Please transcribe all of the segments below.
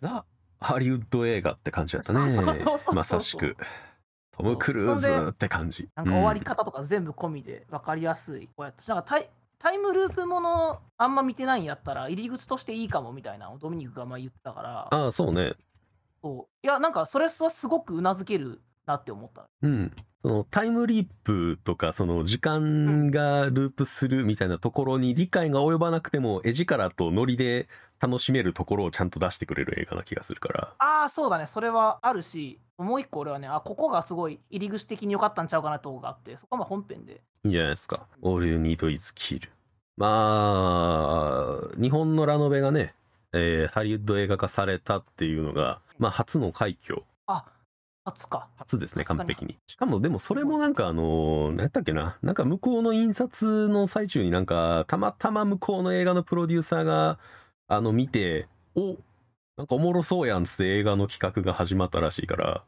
ザ・ハリウッド映画って感じだったねそうそうそうそうまさしくトム・クルーズって感じなんか終わり方とか全部込みで分かりやすいこうやってなんかタイタイムループものあんま見てないんやったら入り口としていいかもみたいなのをドミニクが前言ってたからうんああそうねそういやなんかそれはすごくうなずけるなって思ったうん、そのタイムリープとかその時間がループするみたいなところに理解が及ばなくても絵力とノリで楽しめるところをちゃんと出してくれる映画な気がするからああそうだねそれはあるしもう一個俺はねあここがすごい入り口的に良かったんちゃうかなとこがあってそこはまあ本編でいいんじゃないですか「All You Need Is Kill」まあ日本のラノベがね、えーハリウッド映画化されたっていうのが、まあ、初の快挙あ初か初ですね確か完に璧にしかもでもそれもなんかあのー何やったっけななんか向こうの印刷の最中になんかたまたま向こうの映画のプロデューサーがあの見ておなんかおもろそうやんっつって映画の企画が始まったらしいから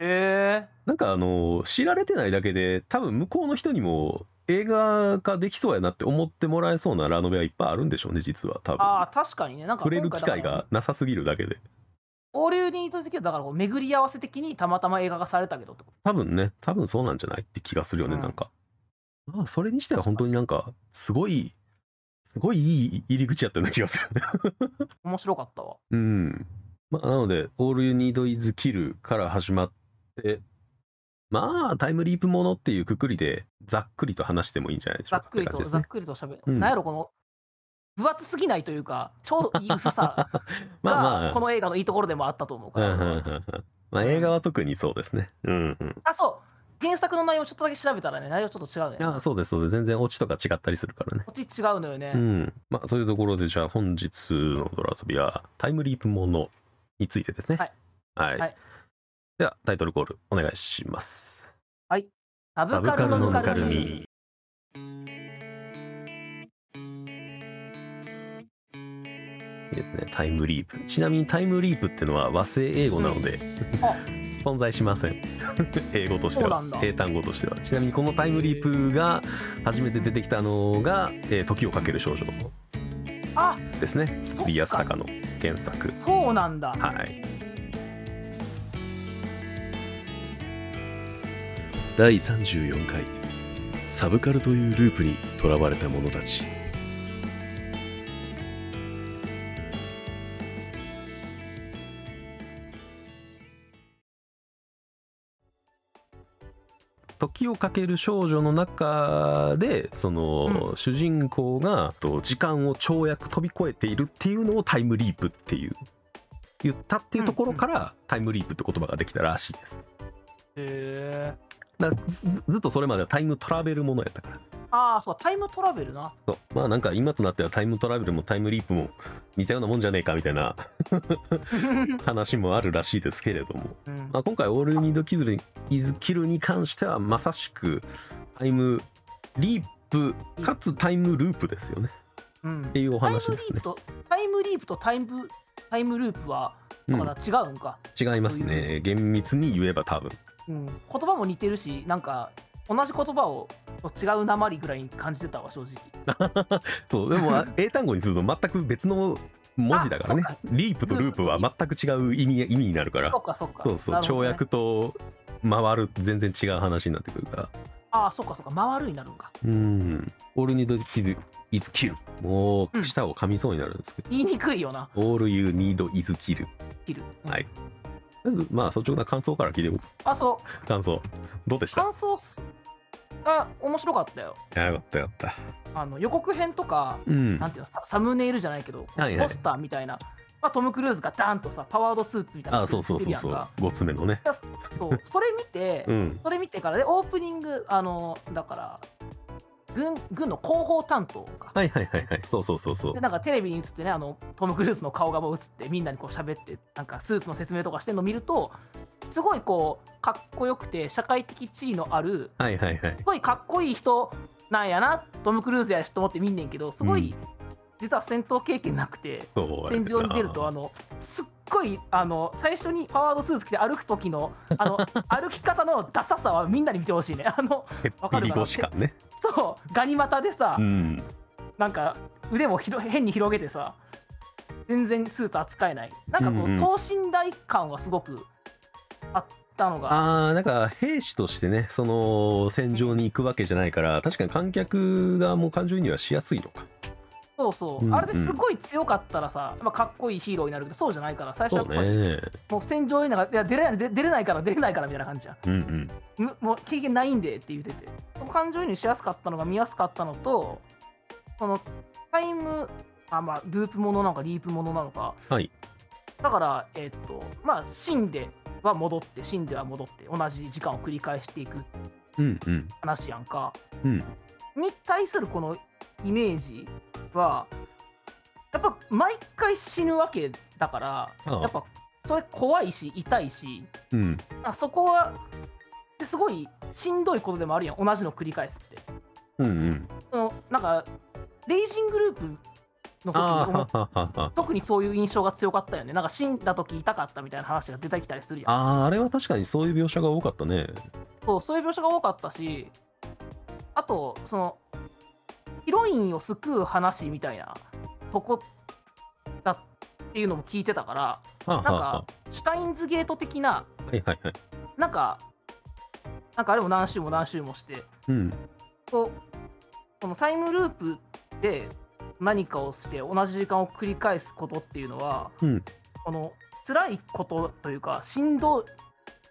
へえなんかあのー知られてないだけで多分向こうの人にも映画化できそうやなって思ってもらえそうなラノベはいっぱいあるんでしょうね実は多ああ分確かにねなんか触れる機会今回だからがなさすぎるだけでオールニート時期はだからこう巡り合わせ的にたまたま映画化されたけどってこと多分ね多分そうなんじゃないって気がするよね、うんなんか、まあ、それにしては本当になんかすごいすごいいい入り口やったような気がする ね面白かったわうんまあなので「All You Need Is Kill」から始まってまあタイムリープものっていうくくりでざっくりと話してもいいんじゃないでしざょうっかくっりてと、感じざでっくりとしゃべる、うんなんやろこの分厚すぎないというかちょうどいい薄さすね まあまがあこの映画のいいところでもあったと思うかうんうら、んうんうんまあ映画は特にそうですねうんうんあそう原作の内容ちょっとだけ調べたらね内容ちょっと違うねあそうですそうです全然オチとか違ったりするからねこっち違うのよね、うん。まあ、というところで、じゃあ本日のドラ遊びは、タイムリープものについてですね。はい。はい。はいでは、タイトルコールお願いします。サブカルのぬかるみ。いいですね、タイムリープ。ちなみにタイムリープってのは和製英語なので、あ存在しません。英語としてそうなはんだ、英単語としては。ちなみにこのタイムリープが初めて出てきたのが、えー時をかける少女あですね。筒井康隆の原作。そうなんだ、はい。第34回サブカルというループにとらわれた者たち時をかける少女の中でその、主人公がと時間を跳躍飛び越えているっていうのをタイムリープっていう言ったっていうところから、タイムリープって言葉ができたらしいですへえだからずずっとそれまではタイムトラベルものやったからああそうタイムトラベルな そうまあなんか今となってはタイムトラベルもタイムリープも似たようなもんじゃねえかみたいな話もあるらしいですけれどもうんまあ、今回「オール・ニード・キズルに・イズ・キル」に関してはまさしくタイムリープかつタイムループですよねうんっていうおタイム話リですープねとタイムリープとタイムタイムループはだから違うんか、違いますね厳密に言えば多分うん言葉も似てるしなんか同じ言葉を違うなまりぐらいに感じてたわ正直そうでも 英単語にすると全く別の文字だからねあそっリープとループは全く違う意味意味になるからそっかそっかそうそうなるほ跳どね躍と回る全然違う話になってくるからああそっかそっか回るになるんかうん「オール・ニード・キル・イズ・キル」もう舌を噛みそうになるんですけど言いにくいよな「オール・ユー・ニード・イズ・キル」切る、うんはいまず、まあ、率直な感想から聞いてよあそう感想。どうでした感想すあ面白かったよよかったよかった。あの予告編とかうん。なんていうのササムネイルじゃないけど、はいはいポスターみたいな、まあ、トム・クルーズがダーンとさパワードスーツみたいなあ、そうそうそうそう着てるやんか。ごつめのね。だそうそれ見て、うん。それ見てからでオープニングあのだから軍軍の広報担当が、はいはいはいはい。そうそうそうそうで。なんかテレビに映ってねあのトム・クルーズの顔がもう映ってみんなにこう喋ってなんかスーツの説明とかしてるの見るとすごいこうかっこよくて社会的地位のあるはいはいはいす。ごいかっこいい人なんやなトム・クルーズやしと思って見んねんけどすごい、う実は戦闘経験なくてそう。戦場に出るとあのすっごいあの最初にパワードスーツ着て歩く時の あの歩き方のダサさはみんなに見てほしいねあのへっわぴかるりかな腰感ね。そうガニ股でさ、うん。なんか腕もひろ変に広げてさ全然スーツ扱えないなんかこう、うんうん等身大感はすごくあったのがあーなんか兵士としてねその戦場に行くわけじゃないから確かに観客がもう感情移入はしやすいのかそうそう、うんうんあれですごい強かったらさ、まあ、かっこいいヒーローになるけどそうじゃないから最初そはうやっぱりねもう戦場になんかいや出れない出出れないから出れないからみたいな感じじゃんうんうんむもう経験ないんでって言っててそこ感情移入しやすかったのが見やすかったのとそのタイムあまあループものなのかリープものなのかはいだからえっとまあ死んでは戻って死んでは戻って同じ時間を繰り返していくうんうん話やんかうんに対するこのイメージはやっぱ毎回死ぬわけだからああやっぱそれ怖いし痛いしうんあそこはってすごいしんどいことでもあるやん同じの繰り返すってうんうんそのなんかレイジングループの時にあー思っはははは特にそういう印象が強かったよねなんか死んだ時痛かったみたいな話が出てきたりするやんあーあれは確かにそういう描写が多かったねそうそういう描写が多かったしあとそのヒロインを救う話みたいなとこだっていうのも聞いてたからはあなんはあはかシュタインズゲート的なあはいはいはいなんかなんかあれも何周も何周もしてうんこうこのタイムループで何かをして同じ時間を繰り返すことっていうのはうんこの辛いことというかしんど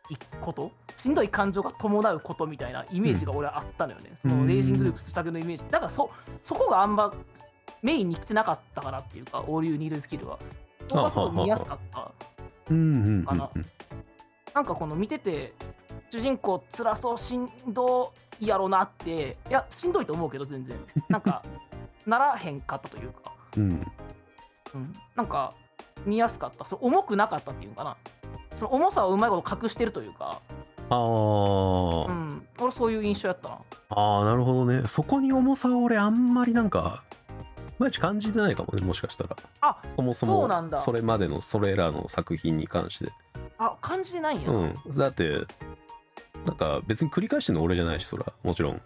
いことしんどい感情が伴うことみたいなイメージが俺はあったのよね、そのレイジングループスタグのイメージだからそそこがあんまメインに来てなかったからっていうかオールユニールスキルはそこがすごい見やすかったうんうんうんあのなんかこの見てて主人公辛そうしんどいやろなっていやしんどいと思うけど全然なんか ならへんかったというか、うんうんうん、なんか見やすかったそう重くなかったっていうのかなその重さをうまいこと隠してるというか、あー、うん、俺そういう印象やったなあーなるほどねそこに重さを俺あんまりなんかいまいち感じてないかもねもしかしたらあそもそそうなんもだそれまでのそれらの作品に関してあ感じないんや、うん、だってなんか別に繰り返してるの俺じゃないしそらもちろん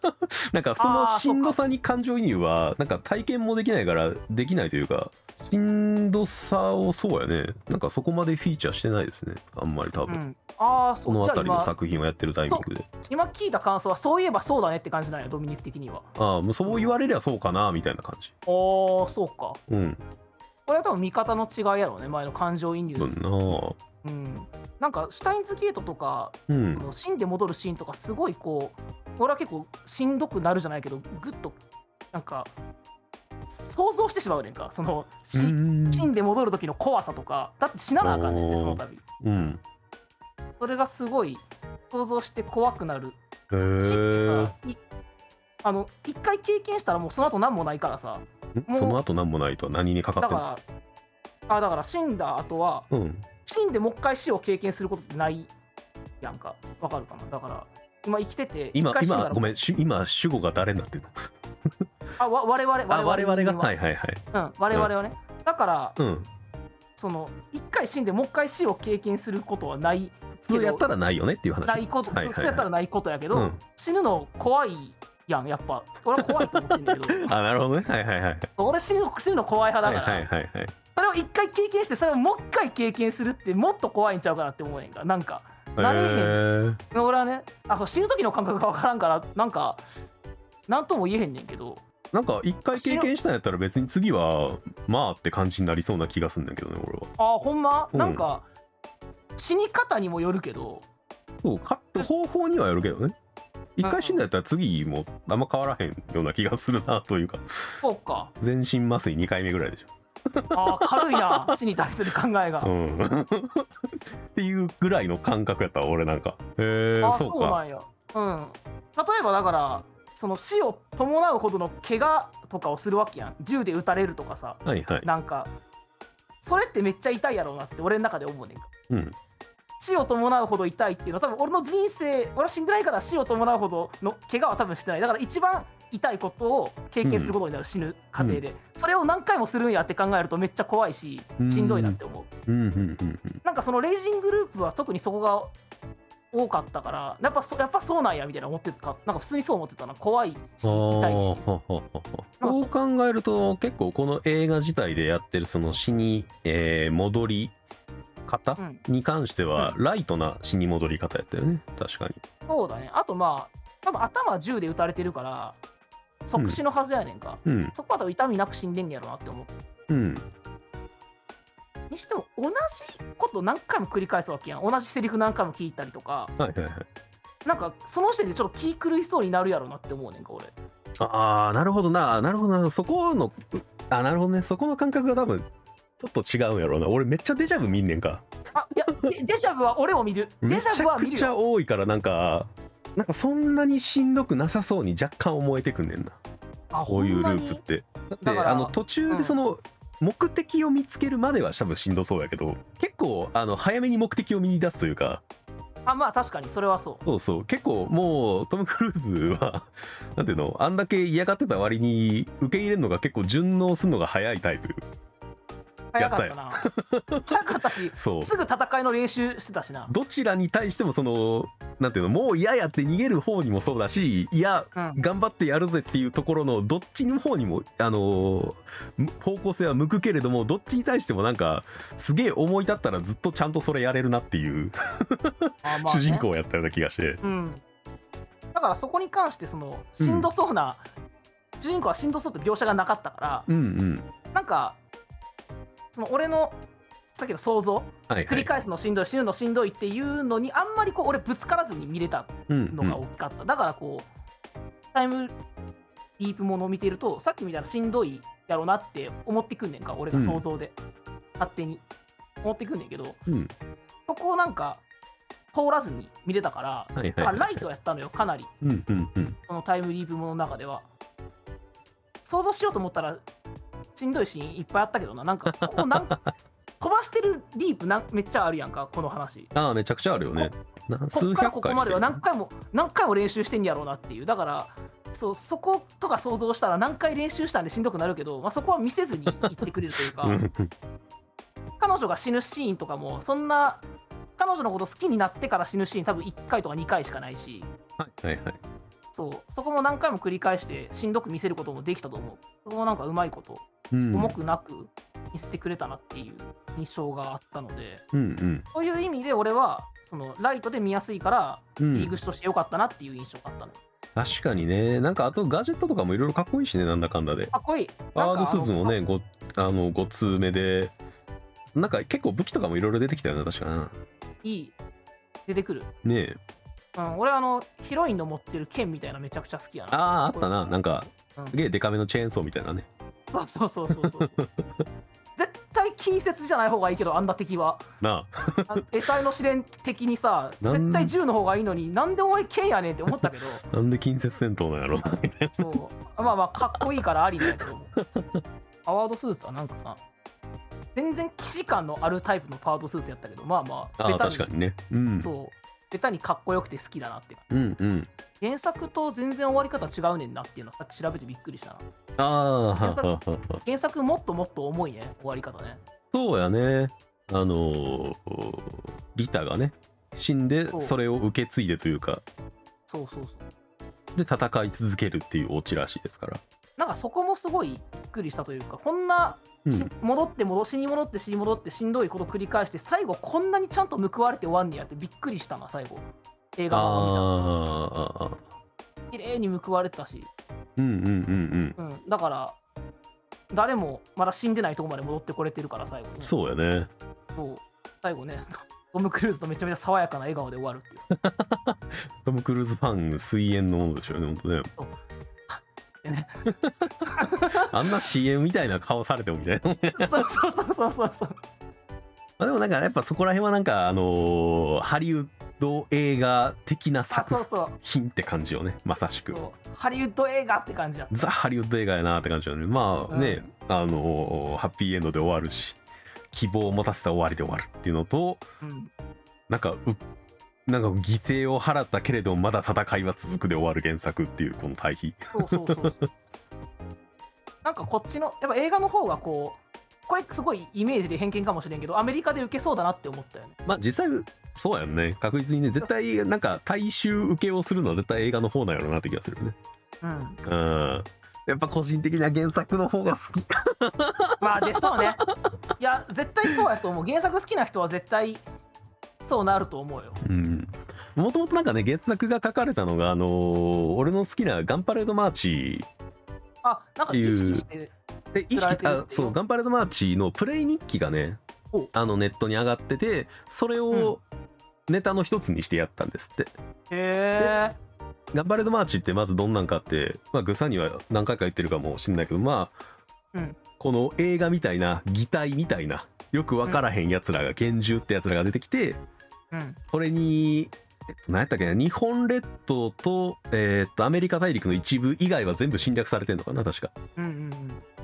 なんかそあのーそっかしんどさに感情移入はなんか体験もできないからできないというかしんどさをそうやねなんかそこまでフィーチャーしてないですねあんまり多う分、ん、ああそそうのじゃあ辺りの今作品をやってるタイミングで今聞いた感想はそういえばそうだねって感じなんやドミニク的にはああもうそう言われりゃそうかなみたいな感じおーそうかうんこれは多分見方の違いやろうね前の感情移入、どんなうん、なんかシュタインズゲートとかうんこの死んで戻るシーンとかすごいこう俺は結構しんどくなるじゃないけどぐっとなんか想像してしまうねんかそのし、うん死んで戻る時の怖さとかだって死ななあかんねんねおーその度うんそれがすごい想像して怖くなるへ死ってーさいあの一回経験したらもうその後何もないからさんその後何もないとは何にかかだってんのからあだから死んだ後はうん死んでもう一回死を経験することってないやんかわかるかなだから今生きてて今一回死んだ今らごめんし今主語が誰になってんのあわ我々我あ々我々が人間はいはいはいうん我々はね、だからうんその一回死んでもう一回死を経験することはない普通やったらないよねっていう話ないこと、はいはいはいそうやったらないことやけど、 うん死ぬの怖いやんやっぱ俺は怖いと思ってんだけどあなるほどね はいはいはい俺死ぬの死ぬの怖いはい派だから、はいはいはいそれを一回経験してそれをもう一回経験するってもっと怖いんちゃうかなって思うねんかなんか慣れへんへ俺はねあそう死ぬ時の感覚が分からんからなんかなんとも言えへんねんけどーなんか一回経験したんやったら別に次はまあって感じになりそうな気がするんだけどね俺はあーほんま、うんなんか死に方にもよるけどそうか方法にはよるけどね一回死んだんやったら次もあんま変わらへんような気がするなというかそうか全身麻酔2回目ぐらいでしあー軽 いな死に対する考えが、ょうん っていうぐらいの感覚やったわ俺なんかへえあーそうそうなかんやうん例えばだからその死を伴うほどの怪我とかをするわけやん銃で撃たれるとかさはいはいなんかそれってめっちゃ痛いやろうなって俺の中で思うねんかうん死を伴うほど痛いっていうのは多分俺の人生俺は死んでないから死を伴うほどの怪我は多分してないだから一番痛いことを経験することになる、死ぬ過程で、それを何回もするんやって考えるとめっちゃ怖いししんどいなって思う、うんうんうんうんなんかそのレイジングループは特にそこが多かったからやっぱそやっぱそうなんやみたいな思ってたなんか普通にそう思ってたな怖いし痛いしあーほうほうほうほうそう考えると結構この映画自体でやってるその死に、えー戻り方うんに関してはライトな死に戻り方やったよね確かにそうだねあとまあ多分頭銃で撃たれてるから即死のはずやねんか、うんそこは多分痛みなく死んでんねやろなって思ううんにしても同じこと何回も繰り返すわけやん同じセリフ何回も聞いたりとかはいはいはいなんかその時点でちょっと気狂いそうになるやろなって思うねんか俺ああなるほどななるほどなそこのあなるほどねそこの感覚が多分ちょっと違うんやろうな俺めっちゃデジャブ見んねんかあいやでデジャブは俺を見るデめジちャゃブは見くるちゃよ多いからなんかなんかそんなにしんどくなさそうに若干思えてくんねんなあこういうルほんまーにプってだってだからあの途中うでんその目的を見つけるまでは多分しんどそうやけど結構あの早めに目的を見出すというかあまあ確かにそれはそうそうそう結構もうトム・クルーズは なんていうのあんだけ嫌がってた割に受け入れるのが結構順応するのが早いタイプ早かったな 早かったしそうすぐ戦いの練習してたしなどちらに対してもそのなんていうのもう嫌やって逃げる方にもそうだしいやうん頑張ってやるぜっていうところのどっちの方にもあのー方向性は向くけれどもどっちに対してもなんかすげえ思い立ったらずっとちゃんとそれやれるなっていうあまあね主人公をやったような気がしてうんだからそこに関してそのしんどそうな、主人公はしんどそうって描写がなかったからうんうんなんかその俺のさっきの想像はい繰はりい返すのしんどい死ぬのしんどいっていうのにあんまりこう俺ぶつからずに見れたうんのが大きかった、だからこうタイムリープものを見てるとさっきみたいなしんどいやろなって思ってくんねんか俺が想像で、勝手に思ってくんねんけどうんうんそこをなんか通らずに見れたから、はいはだかいらはラいイトやったのよかなりうんうんうんこのタイムリープものの中では想像しようと思ったらしんどいシーンいっぱいあったけどななんかここなんか飛ばしてるリープなんめっちゃあるやんかこの話ああめちゃくちゃあるよねなこっ数から百ここ回ましてではる何回も何回も練習してんやろうなっていうだからそうそことか想像したら何回練習したんでしんどくなるけど、まあ、そこは見せずに言ってくれるというかうんうん彼女が死ぬシーンとかもそんな彼女のこと好きになってから死ぬシーン多分1回とか2回しかないしはいはいはいそうそこも何回も繰り返してしんどく見せることもできたと思うそこもなんかうまいことうん重くなく見せてくれたなっていう印象があったのでうんそういう意味で俺はそのライトで見やすいからうんうリーんグとして良かったなっていう印象があったの確かにねなんかあとガジェットとかもいろいろかっこいいしねなんだかんだでかっこいい。ワーなドんかスーツもね、ごあの5通目で、なんか結構武器とかもいろいろ出てきたよね、確かな。あのいい。出てくる。ねえ。うん、俺はあの、ヒロインの持ってる剣みたいなめちゃくちゃ好きやな。ああー、あったな、なんかうん、すげえデカめのチェーンソーみたいなね。そうそうそうそう そう。絶対近接じゃない方がいいけど、あんな敵は。なあ、あの得体の試練的にさ、なん絶対銃の方がいいのに、なんでお前剣やねんって思っ たけど、なんで近接戦闘なんやろうな、みたいそう。まあまあ、かっこいいからありなんやけども。パワードスーツはなんかな。全然騎士感のあるタイプのパワードスーツやったけど、まあまあ、な。ああ、ベタ確かにね。うん。そう。ベタにかっこよくて好きだなってうんうん。原作と全然終わり方違うねんなっていうのをさっき調べてびっくりしたなああ、は原作ははは原作もっともっと重いね終わり方ねそうやね。あのー、リタがね、死んでそうそれを受け継いでというか、そうそうそうで、戦い続けるっていうオチらしいですから。なんかそこもすごいびっくりしたというかこんな、うしん。戻って戻しに戻って死に戻ってしんどいこと繰り返して最後こんなにちゃんと報われて終わんねやってびっくりしたな最後映あ画版をあー、見たら綺麗に報われてたし、うんうんうんうん。うん、だから誰もまだ死んでないとこまで戻ってこれてるから最後ねそうやね。そう最後ねトム・クルーズとめちゃめちゃ爽やかな笑顔で終わるっていうトム・クルーズファン水煙のものですよね、本当ねでね。 あんな CM みたいな顔されてもみたいな。 そう そうそうそうそうそうまあでもなんかやっぱそこら辺はなんかあのーハリウッド映画的なあそう作そう品って感じよね、まさしく。そうハリウッド映画って感じだったザ・ハリウッド映画やなって感じよね。まあね、あのーハッピーエンドで終わるし、希望を持たせた終わりで終わるっていうのと、うん、なんかう、なんか犠牲を払ったけれどもまだ戦いは続くで終わる原作っていうこの対比。そうそうそうそう なんかこっちのやっぱ映画の方がこうこれすごいイメージで偏見かもしれんけどアメリカで受けそうだなって思ったよねまあ実際そうやんね確実にね絶対なんか大衆受けをするのは絶対映画の方なんやろうなって気がするねうん、うんやっぱ個人的な原作の方が好きかまあでし ょうねいや絶対そうやと思う原作好きな人は絶対そうなると思うようんもともとなんかね原作が書かれたのがあのー俺の好きなガンパレードマーチあなんか意識してで意作ら識れてるっていうあそうガンパレードマーチのプレイ日記がねおあのネットに上がっててそれをネタの一つにしてやったんですって、へえガンパレードマーチってまずどんなんかって、まあ、グサには何回か言ってるかもしんないけどまあ、うんこの映画みたいな擬態みたいなよく分からへんやつらが幻獣ってやつらが出てきてうんそれに、えっと、何やったっけな日本列島と,、えーっとアメリカ大陸の一部以外は全部侵略されてんのかな確か。うんうん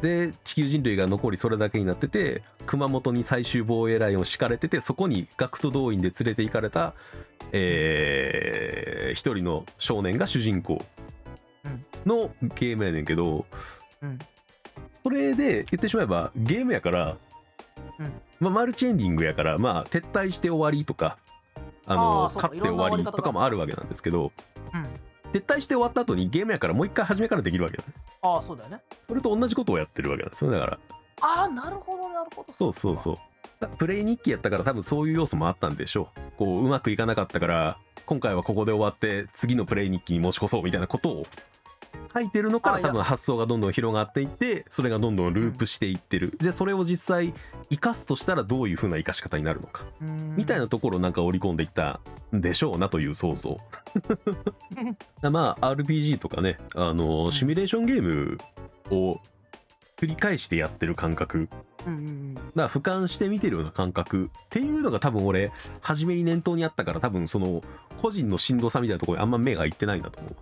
で地球人類が残りそれだけになってて熊本に最終防衛ラインを敷かれててそこに学徒動員で連れて行かれた、えー一人の少年が主人公うんのゲームやねんけどうんうんそれで言ってしまえばゲームやから、うんまあ、マルチエンディングやから、まあ、撤退して終わりとかあのあーそうか勝って終わりとかもあるわけなんですけどうん撤退して終わった後にゲームやからもう一回初めからできるわけだねああそうだよねそれと同じことをやってるわけなんですよねだから。ああなるほどなるほどそうそうそうだプレイ日記やったから多分そういう要素もあったんでしょうこううまくいかなかったから今回はここで終わって次のプレイ日記に持ち越そうみたいなことを書いてるのかあらいや多分発想がどんどん広がっていってそれがどんどんループしていってるでそれを実際生かすとしたらどういう風な生かし方になるのかううんみたいなところをなんか織り込んでいったんでしょうなという想 像まあ RPG とかねあのシミュレーションゲームを繰り返してやってる感覚うんうんうんだから俯瞰して見てるような感覚っていうのが多分俺初めに念頭にあったから多分その個人のしんどさみたいなところにあんま目がいってないんだと思う。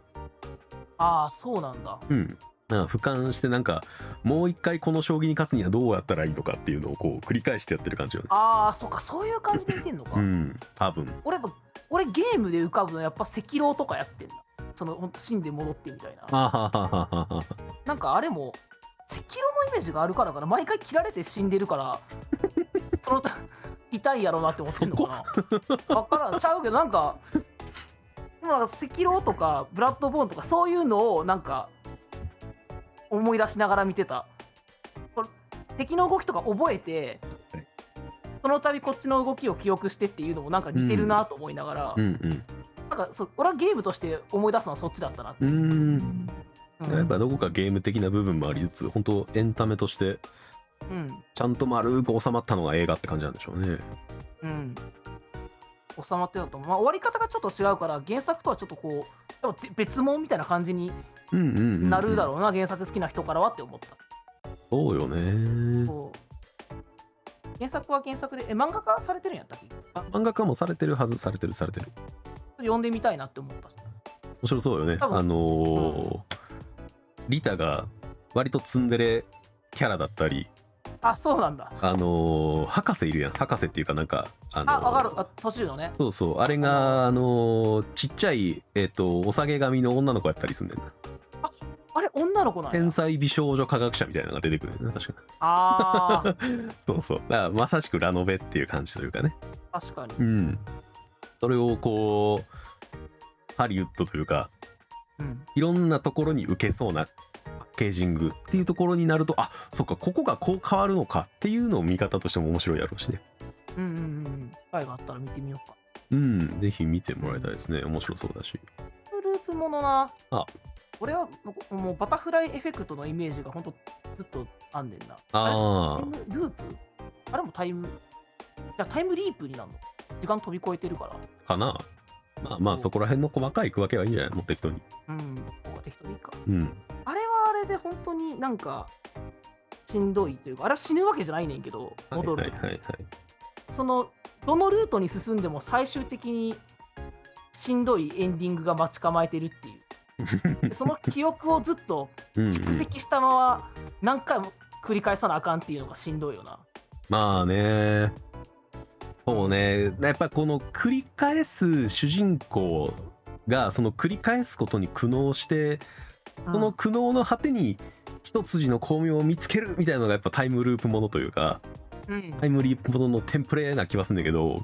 ああそうなんだうん、だから俯瞰してなんかもう一回この将棋に勝つにはどうやったらいいのかっていうのをこう繰り返してやってる感じよね。ああそうかそういう感じで見てんのか、うん多分俺やっぱ俺ゲームで浮かぶのはやっぱ赤狼とかやってんだそのほんと死んで戻ってみたいなあはははははなんかあれも赤狼のイメージがあるからかな毎回切られて死んでるから その痛いやろうなって思ってんのかな分からんちゃうけどなんかまあ赤狼とかブラッドボーンとかそういうのをなんか思い出しながら見てたこれ敵の動きとか覚えてはいその度こっちの動きを記憶してっていうのもなんか似てるなと思いながら、うんなんかそう俺はゲームとして思い出すのはそっちだったなって、うんうーんうんやっぱどこかゲーム的な部分もありつつ本当エンタメとしてうんちゃんと丸く収まったのが映画って感じなんでしょうね。うん、収まってたと思う、まあ、終わり方がちょっと違うから原作とはちょっとこうでもぜ別物みたいな感じにうんうんうんうんなるだろうな、原作好きな人からはって思った、そうよね。こう原作は原作でえ漫画化されてるんやったっけあ漫画化もされてるはずされてるされてる。読んでみたいなって思ったし面白そうよね多分あのーリタが割とツンデレキャラだったりあそうなんだあのー博士いるやん博士っていうかなんかあのーあわかるあ途中のねそうそうあれがあのーちっちゃいえっ、とお下げ髪の女の子やったりすんねんなあれ女の子なんや天才美少女科学者みたいなのが出てくるねんな確かあ ーそうそうだからまさしくラノベっていう感じというかね確かにうんそれをこうハリウッドというかうんいろんなところに受けそうなパッケージングっていうところになるとあそっかここがこう変わるのかっていうのを見方としても面白いやろうしねうんうんうんうん機会があったら見てみようかうんぜひ見てもらいたいですね面白そうだしループものなあ俺はもうバタフライエフェクトのイメージがほんとずっとあんねんなあれタイムループあれもタイムいやタイムリープになるの時間飛び越えてるからあかなまあまあそこら辺の細かい区分けはいいんじゃないの適当にうん僕は適当でいいかうんあれはあれで本当になんかしんどいというかあれは死ぬわけじゃないねんけどはい戻はるいと、はいはいそのどのルートに進んでも最終的にしんどいエンディングが待ち構えてるっ ていうでその記憶をずっとうんうん蓄積したまま何回も繰り返さなあかんっていうのがしんどいよな。まあねそうねやっぱこの繰り返す主人公がその繰り返すことに苦悩してその苦悩の果てに一筋の光明を見つけるみたいなのがやっぱタイムループものというかうん、タイムリープもののテンプレな気はするんだけど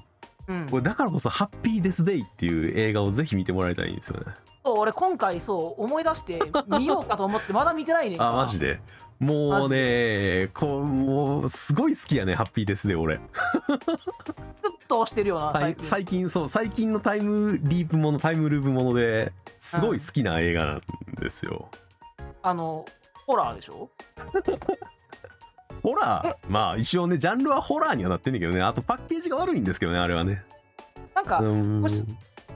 うん、これだからこそ「ハッピーデス・デイ」っていう映画をぜひ見てもらいたいんですよねそう俺今回そう思い出 して見ようかと思ってまだ見てないねんあマジででもマうジねこうもうすごい好きやね「ハッピーデス・デイ」俺ちょっと押してるよなはい最近、最近そう最近のタイムリープものタイムループものですごい好きな映画なんですよ、あのホラーでしょホラーまあ一応ねジャンルはホラーにはなってんねんけどねあとパッケージが悪いんですけどねあれはねなんかうんもし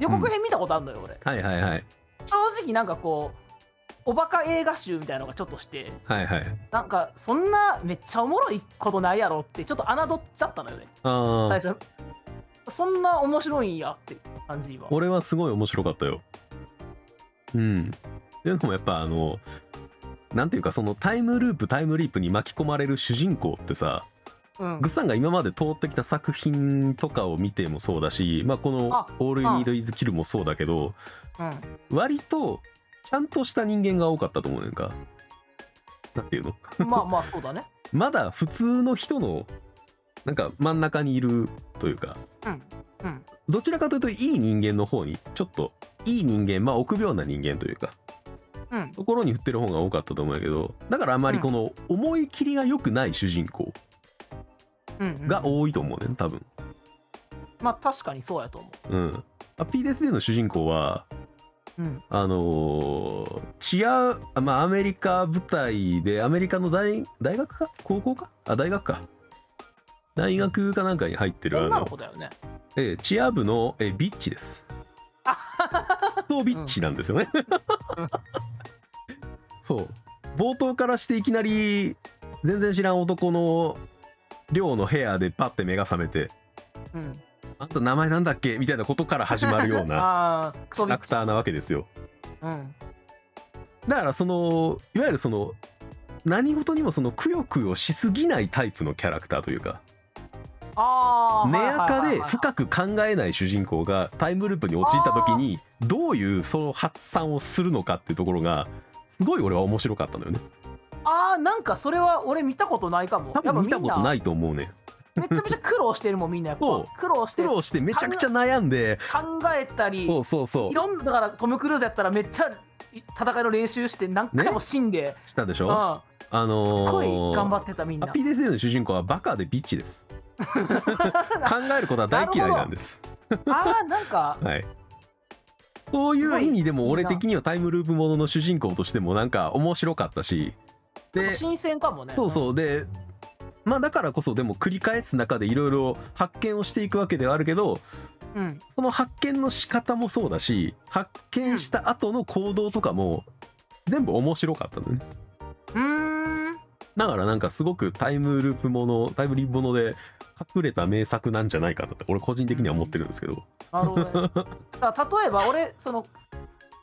予告編見たことあるのよ俺はいはいはい正直なんかこうおバカ映画集みたいのがちょっとしてはいはいなんかそんなめっちゃおもろいことないやろってちょっと侮っちゃったのよねあ最あ初そんな面白いんやって感じは俺はすごい面白かったようんっていうのもやっぱあのなんていうかそのタイムループタイムリープに巻き込まれる主人公ってさうんグッさんが今まで通ってきた作品とかを見てもそうだし、まあ、このあ「オール・イニード・イズ・キル」もそうだけどうん割とちゃんとした人間が多かったと思うねんか。なんていうのまあまあそうだね。まだ普通の人のなんか真ん中にいるというかうん。うん。どちらかというといい人間の方にちょっといい人間まあ臆病な人間というかうん。ところに振ってる方が多かったと思うんやけどだからあまりこの思い切りが良くない主人公うん。が多いと思うねん多分。まあ確かにそうやと思うん、ハッピーデスデーの主人公はう。うん。あのー治安、まあ、アメリカ舞台でアメリカの大大学か高校かあ大学か大学かなんかに入ってるあ女のの子だよね。ええチア部の、ええビッチです。そうビッチなんですよね。うんそう冒頭からしていきなり全然知らん男の寮の部屋でパッて目が覚めてうん。 「あんた名前なんだっけ?」みたいなことから始まるよう な ああ、クソキャビッラチクターなわけですよ。うん。だからそのいわゆるその何事にもそのくよくよしすぎないタイプのキャラクターというかああ。根やかはいはいはいではい深く考えない主人公がタイムループに陥った時にどういうその発散をするのかっていうところがすごい俺は面白かったのよねああ、なんかそれは俺見たことないかも。。多分見たことないいと思うねめちゃめちゃ苦労してるもん、みんなやっぱそう。苦労して苦る。労してめちゃくちゃ悩んで考えたり、そうそうそいろんな、だからトム・クルーズやったらめっちゃ戦いの練習して何回も死んで、うしたでしうん。ょあすっのーごい頑張ってたみんハなッ。ピーデスデーの主人公はバカでビッチです考えることは大嫌いなんです ああ、なんか、はい。そういう意味でも俺的にはタイムループものの主人公としてもなんか面白かったしで新鮮かもね。そうそうでまあだからこそでも繰り返す中でいろいろ発見をしていくわけではあるけどうん。うん。その発見の仕方もそうだし発見した後の行動とかも全部面白かったのねうーん。だからなんかすごくタイムループものタイムリープもので隠れた名作なんじゃないかなって俺個人的には思ってるんですけど、なるほど ね、だから例えば俺その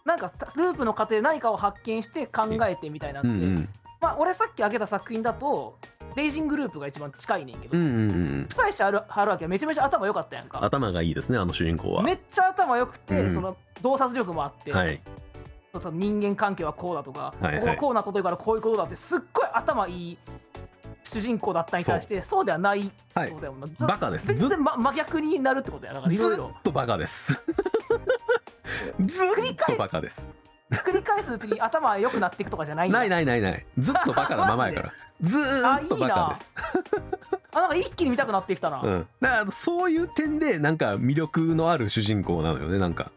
なんかループの過程で何かを発見して考えてみたいなんうて、んうん、まあ俺さっき挙げた作品だとレイジングループが一番近いねんけど、うんうんうん久石春春明はめちゃめちゃ頭良かったやんか頭がいいですねあの主人公はめっちゃ頭良くて、うんその洞察力もあって、はいその人間関係はこうだとか、はいはいここがこうなったというからこういうことだってすっごい頭いい主人公だったに対してそうではないってはいことやもんな、ずバカですず全然、ま、真逆になるってことやだからいろいずろっとバカですずっとバカです繰り返すうちに頭良くなっていくとかじゃないんだないないないないずっとバカなままや からずーっとバカですあなんか一気に見たくなってきたな、うん、だからそういう点でなんか魅力のある主人公なのよねなんか